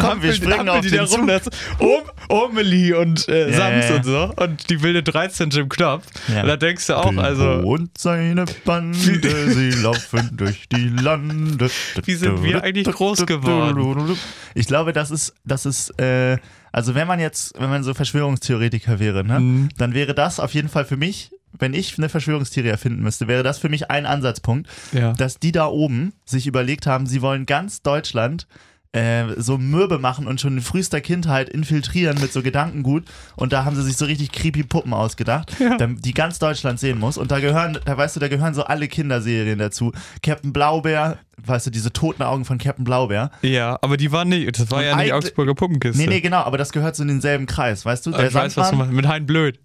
Speaker 1: Komm, wir springen auf
Speaker 2: die
Speaker 1: den
Speaker 2: da rum, das, um, Omeli und äh,
Speaker 1: Ja,
Speaker 2: Sams
Speaker 1: ja, ja.
Speaker 2: und so und die wilde 13 Jim Knopf.
Speaker 1: Ja.
Speaker 2: Und da denkst du auch, also,
Speaker 1: Und seine Bande, sie laufen durch die Lande.
Speaker 2: Wie sind wir eigentlich groß geworden?
Speaker 1: Ich glaube, das ist, das ist, äh, also wenn man jetzt, wenn man so Verschwörungstheoretiker wäre, ne,
Speaker 2: Mhm.
Speaker 1: dann wäre das auf jeden Fall für mich, wenn ich eine Verschwörungstheorie erfinden müsste, wäre das für mich ein Ansatzpunkt,
Speaker 2: Ja.
Speaker 1: dass die da oben sich überlegt haben, sie wollen ganz Deutschland äh, so mürbe machen und schon in frühester Kindheit infiltrieren mit so Gedankengut und da haben sie sich so richtig creepy Puppen ausgedacht,
Speaker 2: Ja.
Speaker 1: dam- die ganz Deutschland sehen muss und da gehören, da weißt du, da gehören so alle Kinderserien dazu. Captain Blaubeer, weißt du, diese toten Augen von Captain Blaubeer.
Speaker 2: ja, aber die waren nicht, das war
Speaker 1: Und
Speaker 2: ja nicht
Speaker 1: eigentlich-
Speaker 2: Augsburger Puppenkiste.
Speaker 1: Nee, nee, genau, aber das gehört so in denselben Kreis, weißt du?
Speaker 2: Ah, ich weiß, was du meinst, mit Hein Blöd.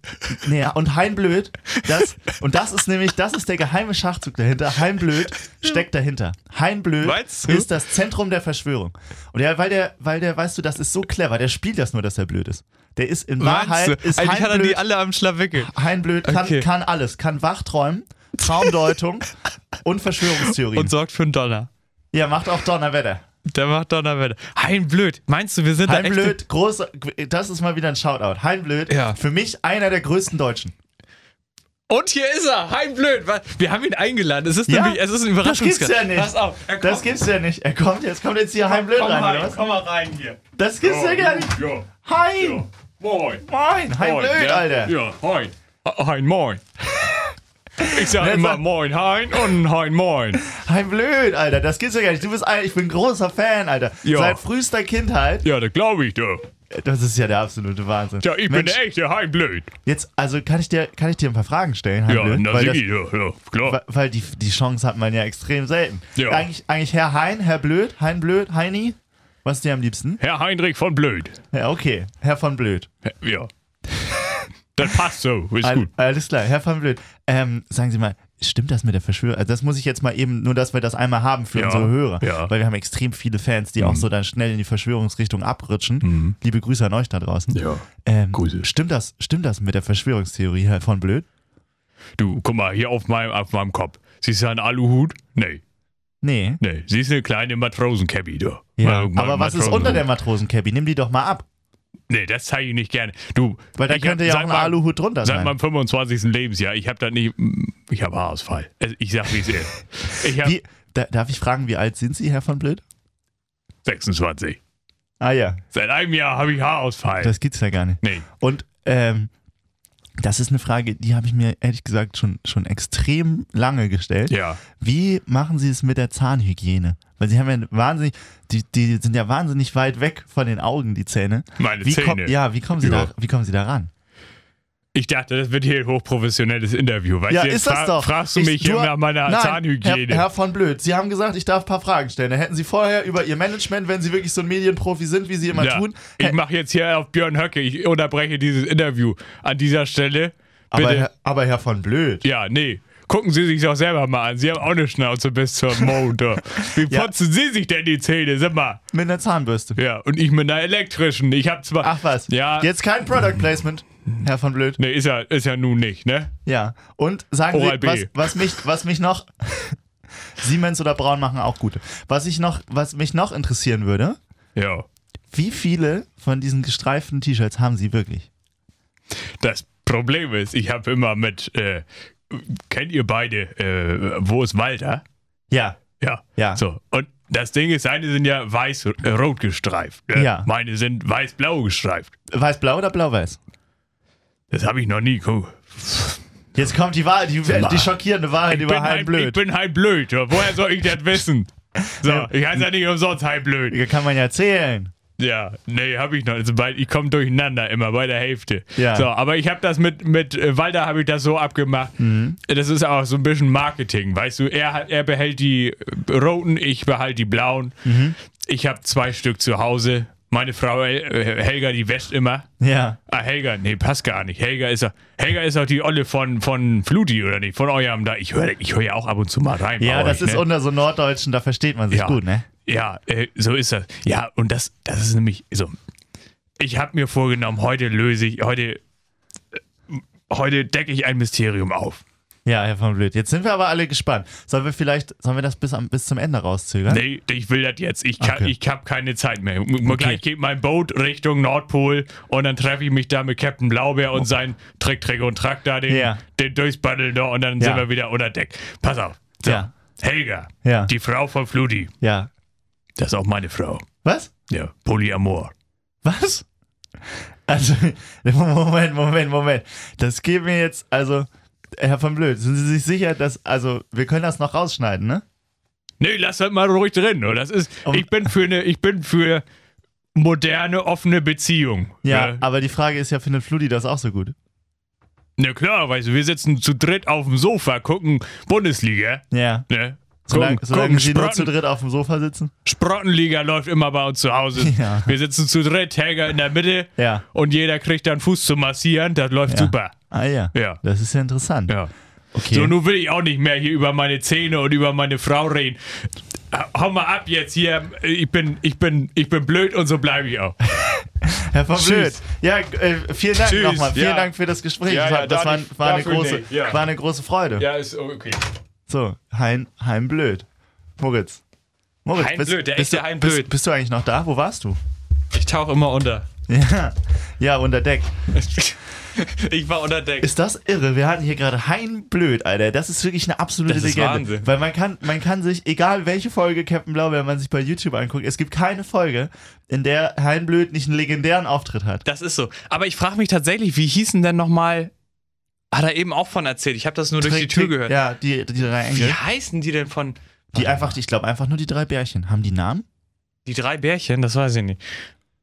Speaker 1: Nee, und Heimblöd, das, und das ist nämlich, das ist der geheime Schachzug dahinter. Heimblöd steckt dahinter. Heimblöd
Speaker 2: Meinst du?
Speaker 1: ist das Zentrum der Verschwörung. Und ja, weil der, weil der, weißt du, das ist so clever, der spielt das nur, dass er blöd ist. Der ist in Wahrheit,
Speaker 2: Meinst du?
Speaker 1: halt- ist
Speaker 2: Eigentlich hat er die
Speaker 1: Heimblöd,
Speaker 2: alle am Schlawickel.
Speaker 1: Heimblöd kann,
Speaker 2: Okay.
Speaker 1: kann alles, kann wachträumen, Traumdeutung und Verschwörungstheorien.
Speaker 2: Und sorgt für einen Donner.
Speaker 1: ja, macht auch Donnerwetter.
Speaker 2: Der macht Donnerwetter. Hein Blöd. Meinst du, wir sind da echt...
Speaker 1: Heimblöd, groß, das ist mal wieder ein Shoutout. Heimblöd,
Speaker 2: Ja.
Speaker 1: für mich einer der größten Deutschen.
Speaker 2: Und hier ist er, Hein Blöd. Was? Wir haben ihn eingeladen. Es ist
Speaker 1: Ja?
Speaker 2: nämlich, es ist ein
Speaker 1: Das
Speaker 2: Überraschungsgast.
Speaker 1: gibt's ja nicht.
Speaker 2: Pass auf, er
Speaker 1: Das
Speaker 2: kommt.
Speaker 1: gibt's ja nicht. Er kommt jetzt, kommt jetzt hier Heimblöd
Speaker 2: komm,
Speaker 1: rein, oder
Speaker 2: rein,
Speaker 1: was?
Speaker 2: komm mal rein hier. Oh,
Speaker 1: Das gibt's ja gar nicht.
Speaker 2: Ja,
Speaker 1: Hein!
Speaker 2: moin.
Speaker 1: Moin! Hein
Speaker 2: Moin,
Speaker 1: Blöd,
Speaker 2: ne?
Speaker 1: Alter!
Speaker 2: Ja, Hein. Hein, moin. Ich sag
Speaker 1: Ne,
Speaker 2: immer
Speaker 1: sag-
Speaker 2: Moin, Hein und Hein, moin.
Speaker 1: Hein Blöd, Alter! Das gibt's ja gar nicht. Du bist ein, ich bin großer Fan, Alter.
Speaker 2: Ja.
Speaker 1: Seit frühester Kindheit.
Speaker 2: Ja, das glaube ich doch.
Speaker 1: Das ist ja der absolute Wahnsinn.
Speaker 2: Ja, ich bin
Speaker 1: Mensch,
Speaker 2: der echte Hein Blöd.
Speaker 1: Jetzt, also kann ich dir, kann ich dir ein paar Fragen stellen, Hein
Speaker 2: Ja,
Speaker 1: Blöd?
Speaker 2: na,
Speaker 1: weil das,
Speaker 2: Sigi, ja, ja,
Speaker 1: wa-
Speaker 2: klar.
Speaker 1: weil die, die Chance hat man ja extrem selten.
Speaker 2: Ja.
Speaker 1: Eigentlich, eigentlich Herr Hein, Herr Blöd, Hein Blöd, Heini. Was ist dir am liebsten?
Speaker 2: Herr Heinrich von Blöd.
Speaker 1: Ja, okay. Herr von Blöd.
Speaker 2: Ja. Das passt so, ist
Speaker 1: Al-
Speaker 2: gut.
Speaker 1: Alles klar, Herr von Blöd. Ähm, sagen Sie mal, stimmt das mit der Verschwörung? Also das muss ich jetzt mal eben, nur dass wir das einmal haben für
Speaker 2: Ja,
Speaker 1: unsere Hörer.
Speaker 2: ja.
Speaker 1: Weil wir haben extrem viele Fans, die auch so dann schnell in die Verschwörungsrichtung abrutschen. Liebe Grüße an euch da draußen.
Speaker 2: Ja.
Speaker 1: Ähm,
Speaker 2: Grüße.
Speaker 1: Stimmt das, stimmt das mit der Verschwörungstheorie, Herr von Blöd?
Speaker 2: Du, guck mal, hier auf meinem, auf meinem Kopf. Siehst du einen Aluhut? Nee.
Speaker 1: Nee.
Speaker 3: Nee, sie ist eine kleine Matrosencabby, du.
Speaker 1: Ja.
Speaker 3: Mal- mal-
Speaker 1: Aber was ist
Speaker 3: Matrosen-
Speaker 1: unter der Matrosencabby? Nimm die doch mal ab.
Speaker 3: Nee, das zeige ich nicht gerne. Du,
Speaker 1: Weil da
Speaker 3: ich
Speaker 1: könnte
Speaker 3: hab-
Speaker 1: ja auch
Speaker 3: sag
Speaker 1: ein
Speaker 3: mal-
Speaker 1: Aluhut drunter
Speaker 3: Seit
Speaker 1: sein.
Speaker 3: meinem 25. Lebensjahr, ich habe da nicht. Ich habe Haarausfall. Also Ich sag, wie es ist. Ich habe
Speaker 1: Wie, da, darf ich fragen, wie alt sind Sie, Herr von Blöd?
Speaker 3: 26.
Speaker 1: Ah ja,
Speaker 3: Seit einem Jahr habe ich Haarausfall.
Speaker 1: das gibt's ja gar nicht.
Speaker 3: nee.
Speaker 1: Und ähm, das ist eine Frage, die habe ich mir ehrlich gesagt schon, schon extrem lange gestellt.
Speaker 3: Ja.
Speaker 1: Wie machen Sie es mit der Zahnhygiene? Weil Sie haben ja wahnsinnig, die, die sind ja wahnsinnig weit weg von den Augen, die Zähne.
Speaker 3: Meine
Speaker 1: wie
Speaker 3: Zähne.
Speaker 1: Komm, ja, wie kommen, Sie
Speaker 3: Ja.
Speaker 1: da, wie kommen Sie da ran?
Speaker 3: Ich dachte, das wird hier ein hochprofessionelles Interview. Weißt
Speaker 1: Ja,
Speaker 3: du, Also jetzt
Speaker 1: ist das
Speaker 3: fra-
Speaker 1: doch.
Speaker 3: Fragst du mich
Speaker 1: Ich-
Speaker 3: hier
Speaker 1: du-
Speaker 3: nach meiner
Speaker 1: Nein,
Speaker 3: Zahnhygiene?
Speaker 1: Herr, Herr von Blöd, Sie haben gesagt, ich darf ein paar Fragen stellen. Da hätten Sie vorher über Ihr Management, wenn Sie wirklich so ein Medienprofi sind, wie Sie immer
Speaker 3: ja.
Speaker 1: tun.
Speaker 3: Ich mache jetzt hier auf Björn Höcke. Ich unterbreche dieses Interview an dieser Stelle. Bitte.
Speaker 1: aber, Herr- aber Herr von Blöd.
Speaker 3: ja, nee. Gucken Sie sich doch selber mal an. Sie haben auch eine Schnauze bis zur Mode. Wie
Speaker 1: Ja.
Speaker 3: putzen Sie sich denn die Zähne? Sag mal.
Speaker 1: Mit einer Zahnbürste.
Speaker 3: Ja, und ich mit einer elektrischen. Ich hab zwar.
Speaker 1: Ach was.
Speaker 3: Ja.
Speaker 1: Jetzt kein Product Placement, Herr von Blöd.
Speaker 3: Nee, ist ja, ist ja nun nicht, ne?
Speaker 1: Ja. Und sagen
Speaker 3: Oral-B.
Speaker 1: Sie, was, was, mich, was mich noch. Siemens oder Braun machen auch gute. Was, ich noch, was mich noch interessieren würde,
Speaker 3: Ja.
Speaker 1: wie viele von diesen gestreiften T-Shirts haben Sie wirklich?
Speaker 3: Das Problem ist, ich habe immer mit. Äh, kennt ihr beide, äh, wo ist Walter?
Speaker 1: Ja.
Speaker 3: Ja.
Speaker 1: Ja.
Speaker 3: So. Und das Ding ist, seine sind ja weiß-rot gestreift. Ne?
Speaker 1: Ja.
Speaker 3: Meine sind weiß-blau gestreift.
Speaker 1: Weiß-blau oder blau-weiß?
Speaker 3: Das habe ich noch nie geguckt.
Speaker 1: Jetzt kommt die Wahrheit, die, die schockierende Wahrheit
Speaker 3: Ich,
Speaker 1: über
Speaker 3: bin halt,
Speaker 1: Hein
Speaker 3: ich
Speaker 1: Blöd.
Speaker 3: bin halt blöd. ja. Woher soll ich das wissen? So, ich heiße ja nicht umsonst halt blöd.
Speaker 1: Hier kann man ja erzählen.
Speaker 3: Ja, nee, habe ich noch. Also bei, ich komme durcheinander immer bei der Hälfte.
Speaker 1: Ja.
Speaker 3: So, aber ich habe das mit, mit äh, Walter habe ich das so abgemacht.
Speaker 1: Mhm.
Speaker 3: Das ist auch so ein bisschen Marketing, weißt du. Er, hat- er behält die äh, roten, ich behalte die blauen.
Speaker 1: Mhm.
Speaker 3: Ich habe zwei Stück zu Hause. Meine Frau äh, Helga, die wäscht immer.
Speaker 1: Ja.
Speaker 3: Ah, Helga, nee, passt gar nicht. Helga ist doch, Helga ist doch die Olle von, von Fluti, oder nicht? Von eurem da. Ich höre ich hör ja auch ab und zu mal rein. bei
Speaker 1: Ja, das
Speaker 3: euch,
Speaker 1: ist
Speaker 3: ne?
Speaker 1: unter so Norddeutschen, da versteht man sich
Speaker 3: Ja.
Speaker 1: gut, ne?
Speaker 3: Ja, äh, so ist das. Ja, und das, das ist nämlich so. Ich habe mir vorgenommen, heute löse ich, heute, äh, heute decke ich ein Mysterium auf.
Speaker 1: Ja, Herr von Blöd. Jetzt sind wir aber alle gespannt. Sollen wir vielleicht, sollen wir das bis, am, bis zum Ende rauszögern?
Speaker 3: Nee, ich will das jetzt. Ich, kann,
Speaker 1: Okay.
Speaker 3: ich habe keine Zeit mehr. M- Gleich geht mein Boot Richtung Nordpol und dann treffe ich mich da mit Captain Blaubeer und seinen Trick, Trick und Track da, den,
Speaker 1: Ja.
Speaker 3: den durchsbuddeln da und dann
Speaker 1: Ja.
Speaker 3: sind wir wieder unter Deck. Pass auf. So.
Speaker 1: Ja.
Speaker 3: Helga,
Speaker 1: Ja.
Speaker 3: die Frau von Fludi.
Speaker 1: Ja.
Speaker 3: Das ist auch meine Frau.
Speaker 1: Was?
Speaker 3: Ja, Polyamor.
Speaker 1: Was? Also, Moment, Moment, Moment. Das geht mir jetzt, also, Herr von Blöd, sind Sie sich sicher, dass, also, wir können das noch rausschneiden, ne?
Speaker 3: Nee, lass das mal ruhig drin. Oder? Das ist,
Speaker 1: Um-
Speaker 3: ich bin für eine, ich bin für moderne, offene Beziehung.
Speaker 1: Ja,
Speaker 3: Ne?
Speaker 1: aber die Frage ist ja, findet Fludi das auch so gut?
Speaker 3: Na Ne, klar, weißt du, wir sitzen zu dritt auf dem Sofa, gucken Bundesliga.
Speaker 1: Ja.
Speaker 3: Ne?
Speaker 1: Solange,
Speaker 3: Gucken-
Speaker 1: solange
Speaker 3: gucken
Speaker 1: Sie nur zu
Speaker 3: Sprotten-
Speaker 1: dritt auf dem Sofa sitzen?
Speaker 3: Sprottenliga läuft immer bei uns zu Hause.
Speaker 1: Ja.
Speaker 3: Wir sitzen zu dritt, Helga in der Mitte
Speaker 1: Ja.
Speaker 3: und jeder kriegt dann Fuß zu massieren. Das läuft
Speaker 1: Ja.
Speaker 3: super.
Speaker 1: Ah ja.
Speaker 3: Ja.
Speaker 1: Das ist ja interessant.
Speaker 3: Ja.
Speaker 1: Okay.
Speaker 3: So, nun will ich auch nicht mehr hier über meine Zähne und über meine Frau reden. Äh, Hau mal ab jetzt hier. Ich bin, ich bin, ich bin blöd und so bleibe ich auch.
Speaker 1: Herr von Blöd. Ja, äh, vielen Dank
Speaker 3: Tschüss,
Speaker 1: nochmal. Vielen
Speaker 3: ja.
Speaker 1: Dank für das Gespräch.
Speaker 3: Ja,
Speaker 1: das war,
Speaker 3: ja,
Speaker 1: das
Speaker 3: darf
Speaker 1: war,
Speaker 3: ich-
Speaker 1: war, eine
Speaker 3: dafür
Speaker 1: große,
Speaker 3: nicht, ja.
Speaker 1: war eine große Freude.
Speaker 3: Ja, ist okay.
Speaker 1: So, Hein, Hein Blöd. Moritz. Moritz,
Speaker 3: Hein Blöd, der
Speaker 1: bist,
Speaker 3: echte
Speaker 1: du-
Speaker 3: Hein Blöd.
Speaker 1: Bist, bist du eigentlich noch da? Wo warst du?
Speaker 3: Ich tauche immer unter.
Speaker 1: Ja, ja, unter Deck.
Speaker 3: Ich war unter Deck.
Speaker 1: Ist das irre? Wir hatten hier gerade Hein Blöd, Alter. Das ist wirklich eine absolute
Speaker 3: Das ist
Speaker 1: Legende.
Speaker 3: Wahnsinn.
Speaker 1: Weil man kann, man kann sich, egal welche Folge Captain Blaubeer man sich bei YouTube anguckt, es gibt keine Folge, in der Hein Blöd nicht einen legendären Auftritt hat.
Speaker 3: Das ist so. Aber ich frage mich tatsächlich, wie hießen denn nochmal. Hat er eben auch von erzählt. Ich habe das nur durch die
Speaker 1: Trick,
Speaker 3: Tür
Speaker 1: Trick,
Speaker 3: gehört.
Speaker 1: Ja, die, die drei
Speaker 3: Wie
Speaker 1: Engel.
Speaker 3: heißen die denn von.
Speaker 1: Die einfach, ich glaube einfach nur die drei Bärchen. Haben die Namen?
Speaker 3: Die drei Bärchen, das weiß ich nicht.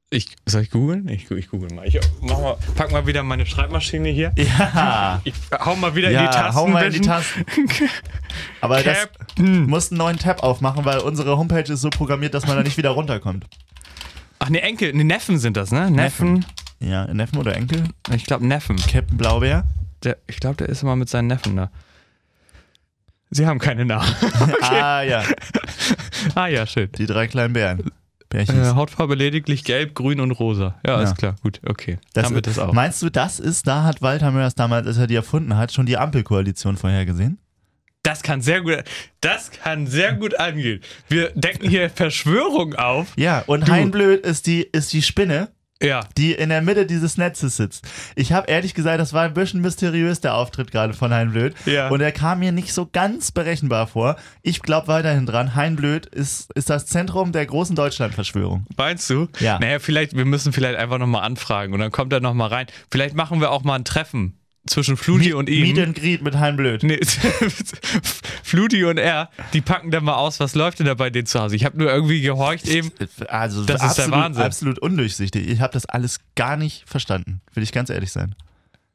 Speaker 3: Ich, soll ich googeln? Ich, gu- ich google mal. Ich mach mal, pack mal wieder meine Schreibmaschine hier.
Speaker 1: Ja.
Speaker 3: Ich hau mal wieder in die
Speaker 1: Ja,
Speaker 3: Tasten.
Speaker 1: hau mal in die
Speaker 3: bisschen.
Speaker 1: Tasten. Aber das
Speaker 3: Captain.
Speaker 1: musst einen neuen Tab aufmachen, weil unsere Homepage ist so programmiert, dass man da nicht wieder runterkommt.
Speaker 3: Ach ne, Enkel, ne, Neffen sind das, ne? Neffen.
Speaker 1: Ja, Neffen oder Enkel?
Speaker 3: Ich glaube Neffen.
Speaker 1: Captain Blaubeer?
Speaker 3: Der, ich glaube, der ist immer mit seinen Neffen da. Sie haben keine Namen.
Speaker 1: Ah ja,
Speaker 3: ah ja, schön.
Speaker 1: die drei kleinen Bären. Bärchen.
Speaker 3: Äh, Hautfarbe lediglich gelb, grün und rosa. Ja,
Speaker 1: Ja.
Speaker 3: ist klar. Gut, okay. haben wir das auch.
Speaker 1: Meinst du, das ist, da hat Walter Mörs damals, als er die erfunden hat, schon die Ampelkoalition vorhergesehen?
Speaker 2: Das kann sehr gut, das kann sehr gut angehen. Wir decken hier Verschwörung auf.
Speaker 1: Ja, und
Speaker 2: Du.
Speaker 1: Heinblöd ist die, ist die Spinne,
Speaker 2: Ja.
Speaker 1: die in der Mitte dieses Netzes sitzt. Ich habe ehrlich gesagt, das war ein bisschen mysteriös, der Auftritt gerade von Heinblöd.
Speaker 2: Ja.
Speaker 1: Und er kam mir nicht so ganz berechenbar vor. Ich glaube weiterhin dran, Heinblöd ist, ist das Zentrum der großen Deutschlandverschwörung.
Speaker 2: Meinst du?
Speaker 1: Ja.
Speaker 2: Naja, vielleicht, wir müssen vielleicht einfach nochmal anfragen und dann kommt er nochmal rein. Vielleicht machen wir auch mal ein Treffen zwischen Fludi und ihm.
Speaker 1: Meet and Greet mit Heinblöd.
Speaker 2: Nee, Fluti und er, die packen dann mal aus, was läuft denn da bei denen zu Hause? Ich habe nur irgendwie gehorcht eben.
Speaker 1: Also
Speaker 2: Das ist
Speaker 1: absolut,
Speaker 2: der Wahnsinn.
Speaker 1: absolut undurchsichtig. Ich habe das alles gar nicht verstanden, will ich ganz ehrlich sein.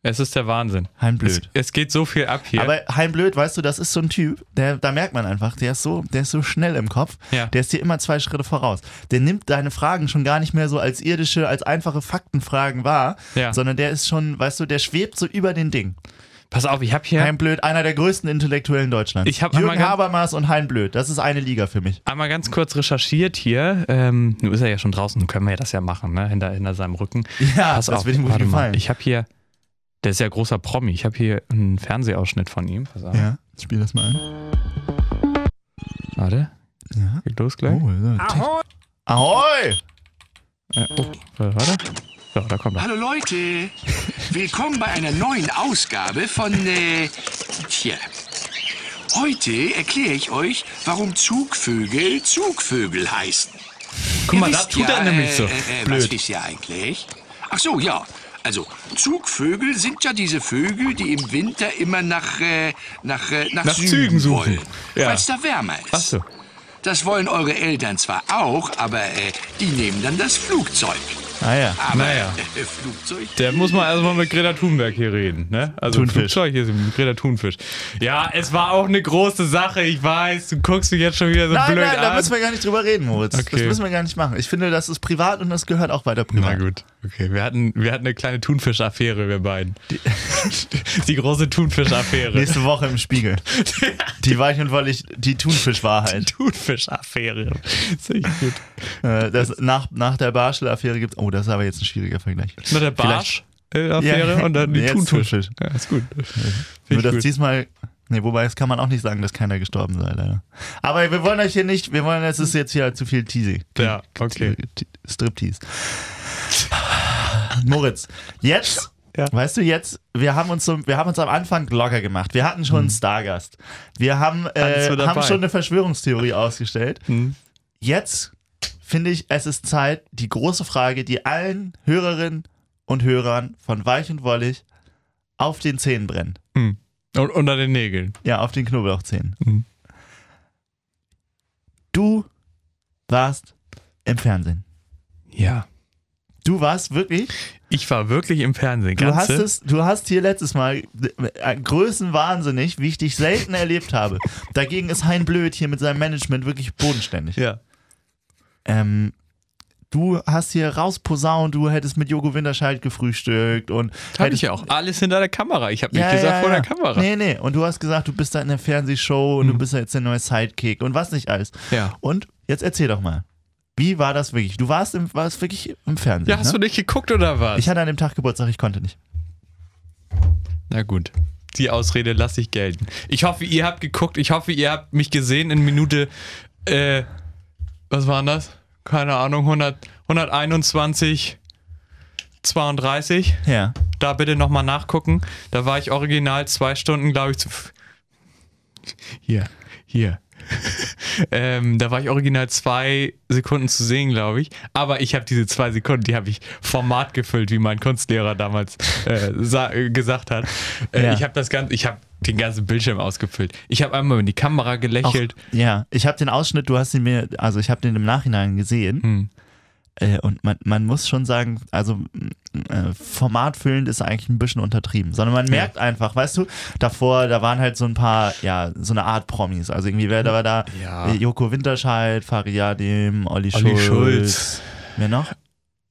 Speaker 2: Es ist der Wahnsinn.
Speaker 1: Heinblöd.
Speaker 2: Es, es geht so viel ab hier.
Speaker 1: Aber Heimblöd, weißt du, das ist so ein Typ, der, da merkt man einfach, der ist so, der ist so schnell im Kopf,
Speaker 2: Ja.
Speaker 1: der ist dir immer zwei Schritte voraus. Der nimmt deine Fragen schon gar nicht mehr so als irdische, als einfache Faktenfragen wahr,
Speaker 2: Ja.
Speaker 1: sondern der ist schon, weißt du, der schwebt so über den Ding.
Speaker 2: Pass auf, ich habe hier
Speaker 1: Heimblöd, einer der größten Intellektuellen Deutschlands.
Speaker 2: Ich hab einmal
Speaker 1: Jürgen
Speaker 2: ganz-
Speaker 1: Habermas und Heimblöd, das ist eine Liga für mich.
Speaker 2: einmal ganz kurz recherchiert hier. Ähm, nun ist er ja schon draußen, nun können wir ja das ja machen, ne? hinter, hinter seinem Rücken.
Speaker 1: Ja,
Speaker 2: Pass
Speaker 1: das
Speaker 2: auf,
Speaker 1: wird ihm gut
Speaker 2: warte
Speaker 1: gefallen.
Speaker 2: Mal. Ich habe hier, der ist ja großer Promi, ich habe hier einen Fernsehausschnitt von ihm. Pass auf.
Speaker 1: ja, spiel das mal ein.
Speaker 2: Warte,
Speaker 1: Ja.
Speaker 2: geht los gleich.
Speaker 1: Oh, ja. Ahoi!
Speaker 2: Äh, oh, warte. So, da kommt er.
Speaker 4: Hallo Leute, willkommen bei einer neuen Ausgabe von, äh, tja. Heute erkläre ich euch, warum Zugvögel Zugvögel heißen.
Speaker 2: Guck mal,
Speaker 4: Ihr
Speaker 2: da
Speaker 4: wisst
Speaker 2: tut
Speaker 4: ja,
Speaker 2: er nämlich so.
Speaker 4: Äh, äh,
Speaker 2: Blöd.
Speaker 4: Was ist ja eigentlich? Ach so, ja. Also, Zugvögel sind ja diese Vögel, die im Winter immer nach, äh, nach, äh, nach,
Speaker 2: Nach
Speaker 4: Süden
Speaker 2: Zügen suchen.
Speaker 4: wollen,
Speaker 2: Ja.
Speaker 4: weil es da wärmer ist.
Speaker 2: Ach so.
Speaker 4: Das wollen eure Eltern zwar auch, aber äh, die nehmen dann das Flugzeug.
Speaker 1: Ah ja.
Speaker 4: Aber
Speaker 2: Naja.
Speaker 4: äh, Flugzeug
Speaker 2: Da muss man erstmal mit Greta Thunberg hier reden, ne? Also
Speaker 1: Thunfisch.
Speaker 2: Flugzeug hier ist mit Greta Thunfisch. Ja, es war auch eine große Sache, ich weiß. Du guckst mich jetzt schon wieder so
Speaker 1: Nein,
Speaker 2: blöd
Speaker 1: nein,
Speaker 2: an.
Speaker 1: da müssen wir gar nicht drüber reden, Moritz. Das
Speaker 2: Okay.
Speaker 1: müssen wir gar nicht machen. Ich finde, das ist privat und das gehört auch weiter
Speaker 2: Na
Speaker 1: privat.
Speaker 2: gut, okay. Wir hatten, wir hatten eine kleine Thunfisch-Affäre, wir beiden. Die, große Also Thunfisch-Affäre.
Speaker 1: Nächste Woche im Spiegel. Die weich und wollig, die Thunfisch-Wahrheit.
Speaker 2: Thunfisch-Affäre. Ist echt gut.
Speaker 1: Äh, das, nach, nach der Barschel-Affäre gibt's. Oh, das ist aber jetzt ein schwieriger Vergleich.
Speaker 2: Nur der Äh, Barsch-Affäre
Speaker 1: Ja.
Speaker 2: und dann die
Speaker 1: Jetzt
Speaker 2: Thunfisch.
Speaker 1: Thunfisch.
Speaker 2: Ja, ist gut.
Speaker 1: Nur,
Speaker 2: Finde
Speaker 1: dass
Speaker 2: ich gut.
Speaker 1: diesmal. Nee, wobei, das kann man auch nicht sagen, dass keiner gestorben sei, leider. Aber wir wollen euch hier nicht. Wir wollen, es ist jetzt hier zu viel Teasy.
Speaker 2: Ja, okay.
Speaker 1: T- Striptease. Moritz, jetzt,
Speaker 2: Ja.
Speaker 1: weißt du, jetzt, wir haben, uns so, wir haben uns am Anfang locker gemacht. Wir hatten schon einen Stargast. Wir haben,
Speaker 2: Mhm. Alles
Speaker 1: äh,
Speaker 2: mit
Speaker 1: haben
Speaker 2: dabei.
Speaker 1: schon eine Verschwörungstheorie ausgestellt.
Speaker 2: Mhm.
Speaker 1: Jetzt finde ich, es ist Zeit, die große Frage, die allen Hörerinnen und Hörern von Weich und Wollig auf den Zähnen brennt.
Speaker 2: Und unter den Nägeln.
Speaker 1: Ja, auf den Knoblauchzähnen.
Speaker 2: Mhm.
Speaker 1: Du warst im Fernsehen.
Speaker 2: Ja.
Speaker 1: Du warst wirklich
Speaker 2: Ich war wirklich im Fernsehen.
Speaker 1: Du hast,
Speaker 2: Ganze.
Speaker 1: es, du hast hier letztes Mal äh, größenwahnsinnig, wie ich dich selten erlebt habe. Dagegen ist Hein Blöd hier mit seinem Management wirklich bodenständig.
Speaker 2: Ja.
Speaker 1: Ähm, du hast hier rausposaunt, du hättest mit Jogo Winterscheid gefrühstückt und.
Speaker 2: Habe
Speaker 1: hättest-
Speaker 2: ich ja auch. Alles hinter der Kamera. Ich habe nicht
Speaker 1: Ja,
Speaker 2: gesagt
Speaker 1: ja,
Speaker 2: vor
Speaker 1: ja.
Speaker 2: der Kamera. Mhm.
Speaker 1: Nee, nee. Und du hast gesagt, du bist da in der Fernsehshow und du bist da jetzt der neue Sidekick und was nicht alles.
Speaker 2: Ja.
Speaker 1: Und jetzt erzähl doch mal. Wie war das wirklich? Du warst, im, warst wirklich im Fernsehen.
Speaker 2: Ja, hast
Speaker 1: ne?
Speaker 2: du nicht geguckt oder was?
Speaker 1: ich hatte an dem Tag Geburtstag, ich konnte nicht.
Speaker 2: Na gut. Die Ausrede lasse ich gelten. Ich hoffe, ihr habt geguckt. Ich hoffe, ihr habt mich gesehen in Minute. Äh, was waren das? Keine Ahnung. 100, 121, 32.
Speaker 1: Ja.
Speaker 2: Da bitte nochmal nachgucken. Da war ich original zwei Stunden, glaube ich, zu. Hier, hier. ähm, da war ich original zwei Sekunden zu sehen, glaube ich. Aber ich habe diese zwei Sekunden, die habe ich Format gefüllt, wie mein Kunstlehrer damals äh, sa- äh, gesagt hat. Äh,
Speaker 1: Ja.
Speaker 2: Ich habe das ganze, ich habe den ganzen Bildschirm ausgefüllt. Ich habe einmal in die Kamera gelächelt.
Speaker 1: Auch, ja, ich habe den Ausschnitt, du hast ihn mir, also ich habe den im Nachhinein gesehen.
Speaker 2: Hm.
Speaker 1: Äh, und man, man muss schon sagen, also mh, äh, formatfüllend ist eigentlich ein bisschen untertrieben, sondern man merkt einfach, weißt du, davor, da waren halt so ein paar, ja, so eine Art Promis. Also irgendwie wer da war da
Speaker 2: Ja.
Speaker 1: äh, Joko Winterscheid, Fariadim, Olli,
Speaker 2: Olli
Speaker 1: Schulz.
Speaker 2: Schulz,
Speaker 1: Wer noch?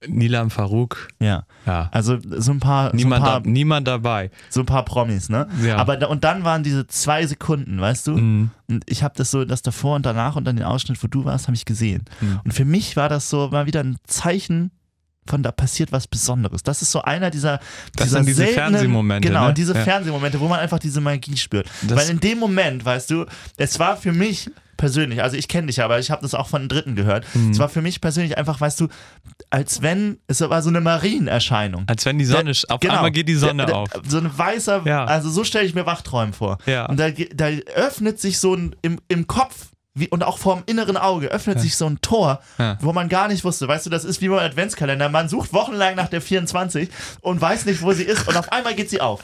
Speaker 2: Nilam Farouk.
Speaker 1: Ja.
Speaker 2: Ja.
Speaker 1: Also so ein paar, so ein
Speaker 2: niemand,
Speaker 1: paar,
Speaker 2: da, niemand dabei.
Speaker 1: so ein paar Promis, ne?
Speaker 2: Ja.
Speaker 1: Aber da, und dann waren diese zwei Sekunden, weißt du?
Speaker 3: Mhm.
Speaker 1: Und ich habe das so, das davor
Speaker 3: Mhm.
Speaker 1: und danach und dann den Ausschnitt, wo du warst, habe ich gesehen. Und für mich war das so mal wieder ein Zeichen von da passiert was Besonderes. Das ist so einer dieser,
Speaker 3: Das
Speaker 1: dieser
Speaker 3: sind diese
Speaker 1: seltenen,
Speaker 3: Fernsehmomente,
Speaker 1: Genau,
Speaker 3: ne?
Speaker 1: diese
Speaker 3: Ja.
Speaker 1: Fernsehmomente, wo man einfach diese Magie spürt.
Speaker 3: Das-
Speaker 1: Weil in dem Moment, weißt du, es war für mich persönlich, also ich kenne dich ja, aber ich habe das auch von Dritten gehört.
Speaker 3: Mhm.
Speaker 1: Es war für mich persönlich einfach, weißt du, als wenn, es war so eine Marienerscheinung.
Speaker 3: Als wenn die Sonne, sch- auf einmal geht die Sonne
Speaker 1: Genau. Der- der-
Speaker 3: auf.
Speaker 1: So ein weißer,
Speaker 3: Ja.
Speaker 1: also so stelle ich mir Wachträumen vor.
Speaker 3: Ja.
Speaker 1: Und da, ge- da öffnet sich so ein, im, im Kopf wie, und auch vorm inneren Auge öffnet sich so ein Tor,
Speaker 3: Ja.
Speaker 1: wo man gar nicht wusste. Weißt du, das ist wie beim Adventskalender. Man sucht wochenlang nach der 24 und weiß nicht, wo sie ist und auf einmal geht sie auf.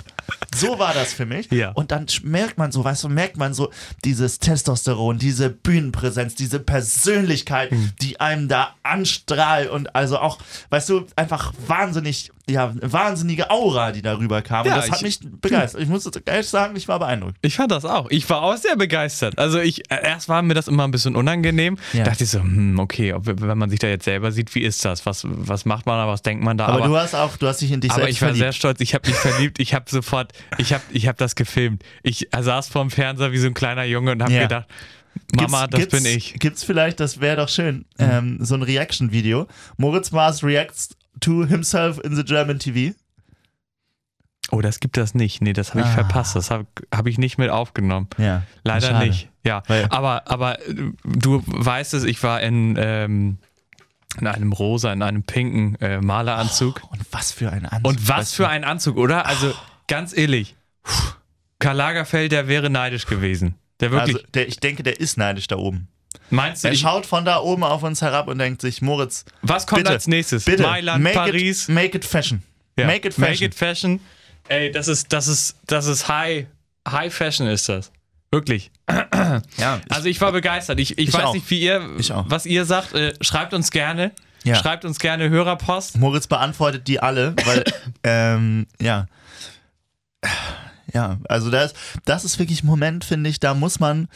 Speaker 1: So war das für mich.
Speaker 3: Ja.
Speaker 1: Und dann sch- merkt man so, weißt du, merkt man so dieses Testosteron, diese Bühnenpräsenz, diese Persönlichkeit,
Speaker 3: Mhm.
Speaker 1: die einem da anstrahlt und also auch, weißt du, einfach wahnsinnig, ja, wahnsinnige Aura, die darüber kam.
Speaker 3: Ja,
Speaker 1: und das hat mich
Speaker 3: ich-
Speaker 1: begeistert. Ich muss jetzt ehrlich sagen, ich war beeindruckt.
Speaker 3: Ich fand das auch. Ich war auch sehr begeistert. Also ich, äh, erst war mir das immer ein bisschen unangenehm.
Speaker 1: Ja.
Speaker 3: Dachte ich so, hm, okay, ob, wenn man sich da jetzt selber sieht, wie ist das? Was, was macht man da, was denkt man da?
Speaker 1: Aber, du hast auch, du hast dich in dich
Speaker 3: aber
Speaker 1: selbst
Speaker 3: ich war sehr
Speaker 1: verliebt.
Speaker 3: stolz, ich habe mich verliebt, ich habe sofort, ich habe ich hab das gefilmt. Ich äh, saß vorm Fernseher wie so ein kleiner Junge und habe
Speaker 1: Ja.
Speaker 3: gedacht, Mama, das
Speaker 1: Gibt's-
Speaker 3: bin
Speaker 1: gibt's-
Speaker 3: ich. Mhm.
Speaker 1: Gibt's vielleicht, das wäre doch schön, ähm, so ein Reaction-Video. Moritz Maas reacts to himself in the German TV.
Speaker 3: Oh, das gibt das nicht. Nee, das habe ich
Speaker 1: Ah.
Speaker 3: verpasst. Das habe hab ich nicht mit aufgenommen.
Speaker 1: Ja.
Speaker 3: Leider
Speaker 1: schade.
Speaker 3: nicht. Ja,
Speaker 1: Weil-
Speaker 3: aber, aber äh, du weißt es, ich war in, ähm, in einem rosa, in einem pinken äh, Maleranzug.
Speaker 1: Und was für ein Anzug.
Speaker 3: Und was für ein Anzug, oder? Also
Speaker 1: Oh.
Speaker 3: ganz ehrlich, puh, Karl Lagerfeld, der wäre neidisch gewesen. Der wirklich,
Speaker 1: Also, der, ich denke, der ist neidisch da oben.
Speaker 3: meinst du,
Speaker 1: Der
Speaker 3: ich,
Speaker 1: schaut von da oben auf uns herab und denkt sich, Moritz,
Speaker 3: was kommt
Speaker 1: bitte,
Speaker 3: als nächstes?
Speaker 1: bitte,
Speaker 3: Mailand,
Speaker 1: make
Speaker 3: Paris.
Speaker 1: It, make it fashion.
Speaker 3: Ja.
Speaker 1: Make it fashion.
Speaker 3: Make it fashion. Ey, das ist, das ist, das ist High, High Fashion ist das. Wirklich.
Speaker 1: ja.
Speaker 3: Also ich war begeistert. Ich, ich,
Speaker 1: Ich
Speaker 3: weiß
Speaker 1: auch.
Speaker 3: nicht, wie ihr,
Speaker 1: Ich auch.
Speaker 3: was ihr sagt. Äh, schreibt uns gerne.
Speaker 1: Ja.
Speaker 3: Schreibt uns gerne Hörerpost.
Speaker 1: Moritz beantwortet die alle, weil, ähm, ja. Ja, also das, das ist wirklich ein Moment, finde ich, da muss man,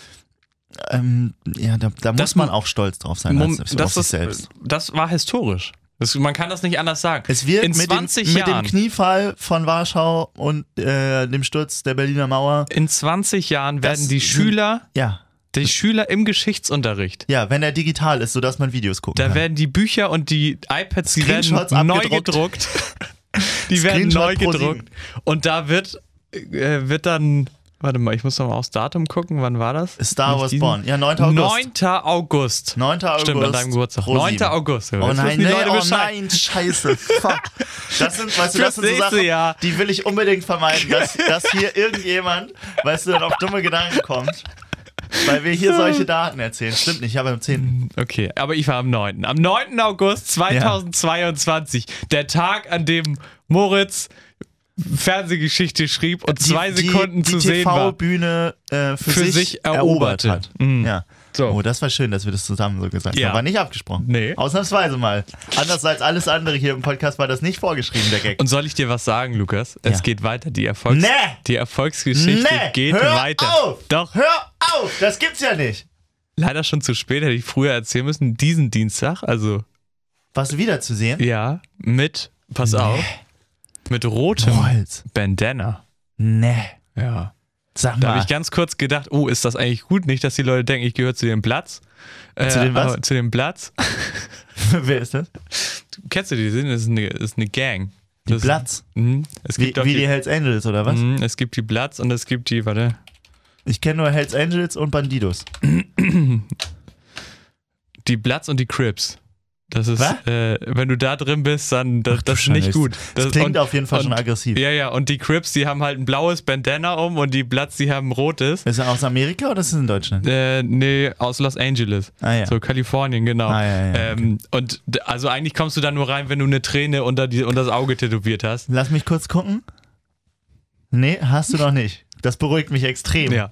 Speaker 1: ähm, ja, da, da muss
Speaker 3: Das-
Speaker 1: man auch stolz drauf sein,
Speaker 3: Mom-
Speaker 1: als, auf
Speaker 3: das,
Speaker 1: sich
Speaker 3: ist, äh,
Speaker 1: selbst.
Speaker 3: das war historisch. Das, man kann das nicht anders sagen.
Speaker 1: Es wird
Speaker 3: in
Speaker 1: mit,
Speaker 3: 20
Speaker 1: dem, mit
Speaker 3: Jahren,
Speaker 1: dem Kniefall von Warschau und äh, dem Sturz der Berliner Mauer,
Speaker 3: in 20 Jahren werden
Speaker 1: Das
Speaker 3: die
Speaker 1: sind-
Speaker 3: Schüler,
Speaker 1: ja,
Speaker 3: die Schüler im Geschichtsunterricht,
Speaker 1: ja, wenn er digital ist, sodass man Videos gucken
Speaker 3: da
Speaker 1: kann.
Speaker 3: werden die Bücher und die iPads, die werden
Speaker 1: Screenshots
Speaker 3: neu
Speaker 1: abgedruckt.
Speaker 3: gedruckt. die werden
Speaker 1: Screenshot
Speaker 3: neu
Speaker 1: pro
Speaker 3: gedruckt. Und da wird, äh, wird dann, warte mal, ich muss noch mal aufs Datum gucken, wann war das?
Speaker 1: Star
Speaker 3: Nicht
Speaker 1: Wars
Speaker 3: diesen-
Speaker 1: Born. Ja, 9. August.
Speaker 3: 9. August.
Speaker 1: 9. August.
Speaker 3: Stimmt, an deinem Geburtstag.
Speaker 1: Pro
Speaker 3: 9.
Speaker 1: sieben.
Speaker 3: August.
Speaker 1: Oh
Speaker 3: Jetzt
Speaker 1: nein,
Speaker 3: wissen die
Speaker 1: nee,
Speaker 3: Leute
Speaker 1: oh
Speaker 3: Bescheid.
Speaker 1: nein, scheiße. Fuck. Das sind, weißt du, das
Speaker 3: Fürs
Speaker 1: sind so
Speaker 3: nächste
Speaker 1: Sachen,
Speaker 3: Jahr.
Speaker 1: die will ich unbedingt vermeiden, dass, dass hier irgendjemand, weißt du, dann auf dumme Gedanken kommt. Weil wir hier solche Daten erzählen. Stimmt nicht, aber am 10.
Speaker 3: Okay, aber ich war am 9. Am 9. August 2022. Der Tag, an dem Moritz Fernsehgeschichte schrieb und zwei Sekunden
Speaker 1: die, die
Speaker 3: zu sehen war.
Speaker 1: TV-Bühne äh, für,
Speaker 3: Für
Speaker 1: sich,
Speaker 3: sich
Speaker 1: erobert
Speaker 3: eroberte.
Speaker 1: hat. Ja.
Speaker 3: So.
Speaker 1: Oh, das war schön, dass wir das zusammen so gesagt
Speaker 3: Ja.
Speaker 1: haben. War nicht abgesprochen.
Speaker 3: Nee.
Speaker 1: Ausnahmsweise mal. Anders als alles andere hier im Podcast war das nicht vorgeschrieben, der Gag.
Speaker 3: Und soll ich dir was sagen, Lukas? Es
Speaker 1: Ja.
Speaker 3: geht weiter. Die, Erfolgs
Speaker 1: Nee.
Speaker 3: die Erfolgsgeschichte geht
Speaker 1: hör
Speaker 3: weiter.
Speaker 1: Auf,
Speaker 3: Doch,
Speaker 1: Hör auf! Das gibt's ja nicht!
Speaker 3: leider schon zu spät, hätte ich früher erzählen müssen. Diesen Dienstag, also
Speaker 1: Warst du wiederzusehen?
Speaker 3: ja, mit, pass auf, mit rotem
Speaker 1: Moritz.
Speaker 3: Bandana.
Speaker 1: Nee.
Speaker 3: Ja.
Speaker 1: Sag
Speaker 3: Da habe
Speaker 1: mal.
Speaker 3: ich ganz kurz gedacht, oh, ist das eigentlich gut? Nicht, dass die Leute denken, ich gehöre zu dem Platz. Äh,
Speaker 1: Zu dem was?
Speaker 3: aber Zu dem Platz.
Speaker 1: Wer ist das?
Speaker 3: Kennst du die? Sind? Das ist eine, das ist eine Gang.
Speaker 1: Die
Speaker 3: das,
Speaker 1: Platz.
Speaker 3: Mhm. es
Speaker 1: Wie,
Speaker 3: gibt auch
Speaker 1: wie die
Speaker 3: die,
Speaker 1: Hells Angels, oder was?
Speaker 3: Mhm, es gibt die Platz und es gibt die, warte,
Speaker 1: Ich kenne nur Hells Angels und Bandidos.
Speaker 3: die Platz und die Crips. Das ist,
Speaker 1: Was?
Speaker 3: äh, wenn du da drin bist, dann das,
Speaker 1: Ach du
Speaker 3: das ist nicht
Speaker 1: Scheiße.
Speaker 3: gut.
Speaker 1: Das, klingt
Speaker 3: und,
Speaker 1: auf jeden Fall
Speaker 3: und,
Speaker 1: schon aggressiv.
Speaker 3: Ja, ja, und die Crips, die haben halt ein blaues Bandana um und die Platz, die haben ein rotes.
Speaker 1: Ist er aus Amerika oder ist es in Deutschland?
Speaker 3: Äh, nee, aus Los Angeles.
Speaker 1: Ah, ja.
Speaker 3: So Kalifornien, genau.
Speaker 1: Ah, ja, ja,
Speaker 3: ähm, Und d- also eigentlich kommst du da nur rein, wenn du eine Träne unter, die, unter das Auge tätowiert hast.
Speaker 1: Lass mich kurz gucken. Nee, hast du noch nicht. Das beruhigt mich extrem.
Speaker 3: Ja.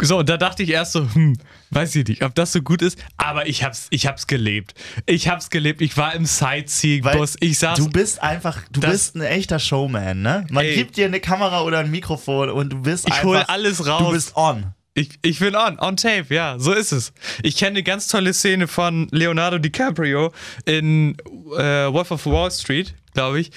Speaker 3: So, und da dachte ich erst so, hm, weiß ich nicht, ob das so gut ist, aber ich hab's, ich hab's gelebt. Ich hab's gelebt. Ich war im
Speaker 1: Weil
Speaker 3: Sightseeing-Bus. Ich saß.
Speaker 1: Du bist einfach, du
Speaker 3: Das-
Speaker 1: bist ein echter Showman, ne? Man
Speaker 3: Ey.
Speaker 1: gibt dir eine Kamera oder ein Mikrofon und du bist
Speaker 3: ich
Speaker 1: einfach.
Speaker 3: hole alles raus.
Speaker 1: Du bist on.
Speaker 3: Ich, ich bin on, on tape, ja, so ist es. Ich kenne eine ganz tolle Szene von Leonardo DiCaprio in äh, Wolf of Wall Street, glaube ich.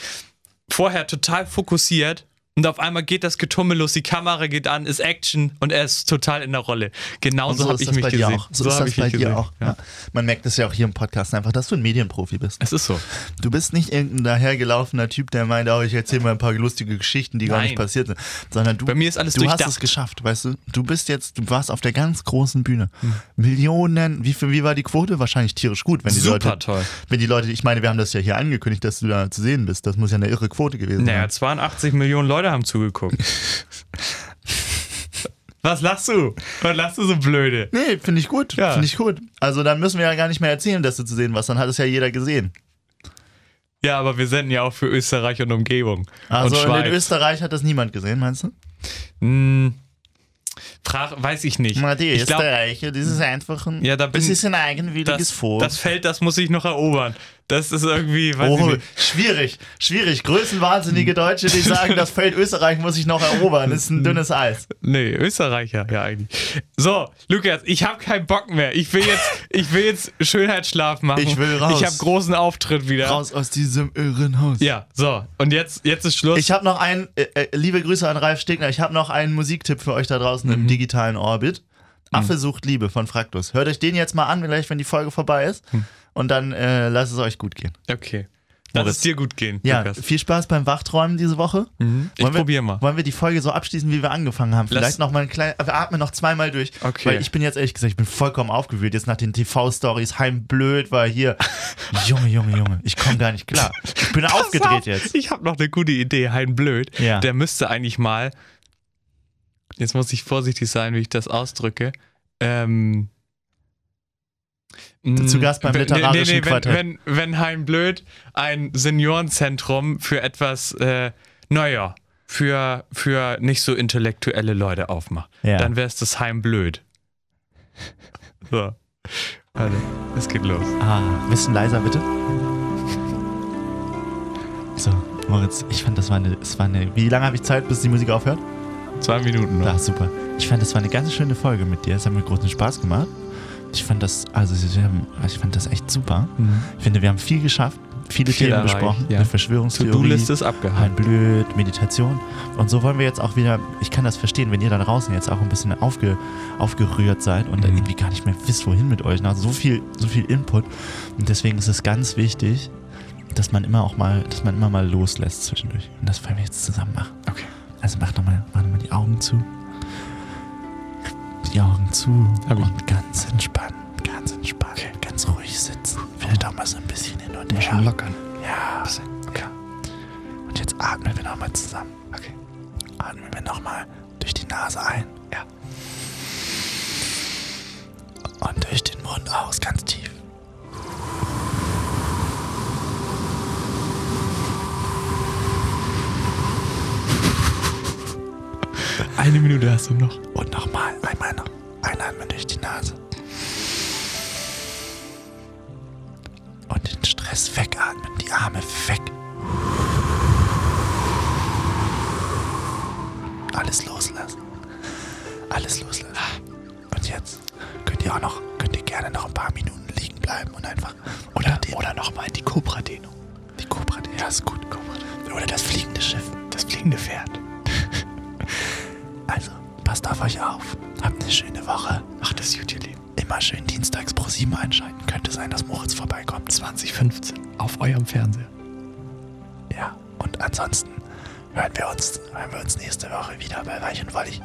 Speaker 3: Vorher total fokussiert, Und auf einmal geht das Getummel los, die Kamera geht an, ist Action und er ist total in der Rolle. Genau
Speaker 1: Und
Speaker 3: so,
Speaker 1: so
Speaker 3: habe
Speaker 1: ist
Speaker 3: ich
Speaker 1: das
Speaker 3: mich
Speaker 1: bei
Speaker 3: gesehen.
Speaker 1: dir auch. So, ist
Speaker 3: hab
Speaker 1: das
Speaker 3: ich
Speaker 1: bei
Speaker 3: mich
Speaker 1: dir
Speaker 3: gesehen.
Speaker 1: auch.
Speaker 3: Ja.
Speaker 1: Ja. Man merkt es ja auch hier im Podcast einfach, dass du ein Medienprofi bist.
Speaker 3: Es ist so.
Speaker 1: Du bist nicht irgendein dahergelaufener Typ, der meint, oh, ich erzähle mal ein paar lustige Geschichten, die gar
Speaker 3: Nein.
Speaker 1: nicht passiert sind. Sondern du,
Speaker 3: Bei mir ist alles
Speaker 1: du hast
Speaker 3: durchdacht.
Speaker 1: es geschafft, weißt du? Du bist jetzt, du warst auf der ganz großen Bühne.
Speaker 3: Hm.
Speaker 1: Millionen, wie, viel, wie war die Quote? Wahrscheinlich tierisch gut, wenn die
Speaker 3: Super
Speaker 1: Leute.
Speaker 3: toll.
Speaker 1: Wenn die Leute, ich meine, wir haben das ja hier angekündigt, dass du da zu sehen bist. Das muss ja eine irre Quote gewesen
Speaker 3: Naja,
Speaker 1: sein.
Speaker 3: 82 Millionen Leute haben zugeguckt. Was lachst du? Was lachst du so blöde?
Speaker 1: Nee, finde ich gut.
Speaker 3: Ja.
Speaker 1: Finde ich gut. Also dann müssen wir ja gar nicht mehr erzählen, dass du zu sehen warst. Dann hat es ja jeder gesehen.
Speaker 3: Ja, aber wir senden ja auch für Österreich und Umgebung.
Speaker 1: Also
Speaker 3: und
Speaker 1: in
Speaker 3: Schweiz.
Speaker 1: Österreich hat das niemand gesehen, meinst du?
Speaker 3: Hm, frag, weiß ich nicht.
Speaker 1: Na, die
Speaker 3: ich glaub,
Speaker 1: Österreicher, das ist einfach ein,
Speaker 3: Ja, da bin-
Speaker 1: das ist ein eigenwilliges
Speaker 3: das,
Speaker 1: Volk.
Speaker 3: das Feld, das muss ich noch erobern. Das ist irgendwie, weiß ich
Speaker 1: Oh,
Speaker 3: nicht.
Speaker 1: schwierig, schwierig. Größenwahnsinnige Deutsche, die sagen, das Feld Österreich muss ich noch erobern. Das ist ein dünnes Eis.
Speaker 3: Nee, Österreicher, ja eigentlich. So, Lukas, ich habe keinen Bock mehr. Ich will jetzt, ich will jetzt Schönheitsschlaf machen.
Speaker 1: Ich will raus.
Speaker 3: Ich habe großen Auftritt wieder.
Speaker 1: Raus aus diesem Irrenhaus.
Speaker 3: Ja, so. Und jetzt, jetzt ist Schluss.
Speaker 1: Ich habe noch einen, äh, äh, liebe Grüße an Ralf Stegner, ich habe noch einen Musiktipp für euch da draußen
Speaker 3: Mhm.
Speaker 1: im digitalen Orbit. Affe sucht Liebe von Fraktus. Hört euch den jetzt mal an, vielleicht, wenn die Folge vorbei ist.
Speaker 3: Hm.
Speaker 1: Und dann äh, lasst es euch gut gehen.
Speaker 3: okay. Lass
Speaker 1: Moritz.
Speaker 3: es dir gut gehen,
Speaker 1: Ja,
Speaker 3: Lukas.
Speaker 1: viel Spaß beim Wachträumen diese Woche.
Speaker 3: Mhm. Ich
Speaker 1: Wollen wir-
Speaker 3: probier mal.
Speaker 1: Wollen wir die Folge so abschließen, wie wir angefangen haben?
Speaker 3: Lass-
Speaker 1: Vielleicht noch mal ein klein, wir atmen noch zweimal durch.
Speaker 3: Okay.
Speaker 1: Weil ich bin jetzt ehrlich gesagt, ich bin vollkommen aufgewühlt. Jetzt nach den TV-Stories, heimblöd war hier. Junge, Junge, Junge, ich komme gar nicht klar. Ich bin
Speaker 3: Pass
Speaker 1: aufgedreht
Speaker 3: auf,
Speaker 1: jetzt.
Speaker 3: Ich habe noch eine gute Idee, Hein Blöd.
Speaker 1: Ja.
Speaker 3: Der müsste eigentlich mal, jetzt muss ich vorsichtig sein, wie ich das ausdrücke, ähm,
Speaker 1: Zu Gast beim
Speaker 3: wenn-
Speaker 1: literarischen Quartett.
Speaker 3: wenn, wenn, wenn Hein Blöd ein Seniorenzentrum für etwas, äh, naja, für, für nicht so intellektuelle Leute aufmacht,
Speaker 1: Ja.
Speaker 3: dann wäre es das Heim Blöd. So. Warte, es geht los.
Speaker 1: Ah, ein bisschen leiser bitte. So, Moritz, ich fand, das war eine. Das war eine wie lange habe ich Zeit, bis die Musik aufhört?
Speaker 3: Zwei Minuten noch.
Speaker 1: Ja, super. Ich fand, das war eine ganz schöne Folge mit dir. Es hat mir großen Spaß gemacht. Ich fand das, also wir haben- ich fand das echt super. Ich finde, wir haben viel geschafft, viele
Speaker 3: Mhm. Viel
Speaker 1: Themen
Speaker 3: erreicht,
Speaker 1: besprochen,
Speaker 3: ja.
Speaker 1: eine Verschwörungstheorie.
Speaker 3: To-Do-Liste ist abgehakt.
Speaker 1: Ein Blöd, Meditation. Und so wollen wir jetzt auch wieder, ich kann das verstehen, wenn ihr da draußen jetzt auch ein bisschen aufge, aufgerührt seid und
Speaker 3: Mhm.
Speaker 1: dann irgendwie gar nicht mehr wisst, wohin mit euch. Nach so viel, so viel Input. Und deswegen ist es ganz wichtig, dass man immer auch mal, dass man immer mal loslässt zwischendurch. Und das wollen wir jetzt zusammen machen.
Speaker 3: Okay.
Speaker 1: Also mach nochmal mach noch mal die Augen zu. Die Augen zu
Speaker 3: Hab ich.
Speaker 1: und ganz entspannen. Ganz entspannen. Ganz ruhig sitzen. Vielleicht auch mal so ein bisschen hin und her.
Speaker 2: Schon lockern.
Speaker 1: Ja.
Speaker 2: Okay.
Speaker 1: Und jetzt atmen wir nochmal zusammen.
Speaker 2: Okay.
Speaker 1: Atmen wir nochmal durch die Nase ein.
Speaker 2: Ja.
Speaker 1: Und durch den Mund aus, ganz tief.
Speaker 3: Eine Minute hast du noch.
Speaker 1: Und nochmal, einmal noch. Einatmen durch die Nase. Und den Stress wegatmen, die Arme weg. Alles loslassen. Alles loslassen. Und jetzt könnt ihr auch noch, könnt ihr gerne noch ein paar Minuten liegen bleiben und einfach. Oder, oder nochmal die Cobra-Dehnung. Die Cobra-Dehnung. Ja, ist gut. Oder das fliegende Schiff. Das fliegende Pferd. Also, passt auf euch auf. Habt eine schöne Woche. Macht es gut, ihr Lieben. Immer schön dienstags pro 7 einschalten. Könnte sein, dass Moritz vorbeikommt.
Speaker 2: 2015 auf eurem Fernseher.
Speaker 1: Ja, und ansonsten hören wir uns, hören wir uns nächste Woche wieder bei Weich und Wollig,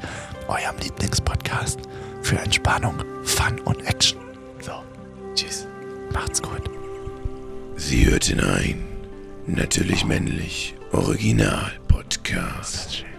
Speaker 1: eurem Lieblingspodcast für Entspannung, Fun und Action. So, tschüss. Macht's gut.
Speaker 5: Sie hörten ein, natürlich männlich, Original Podcast.
Speaker 1: Tschüss.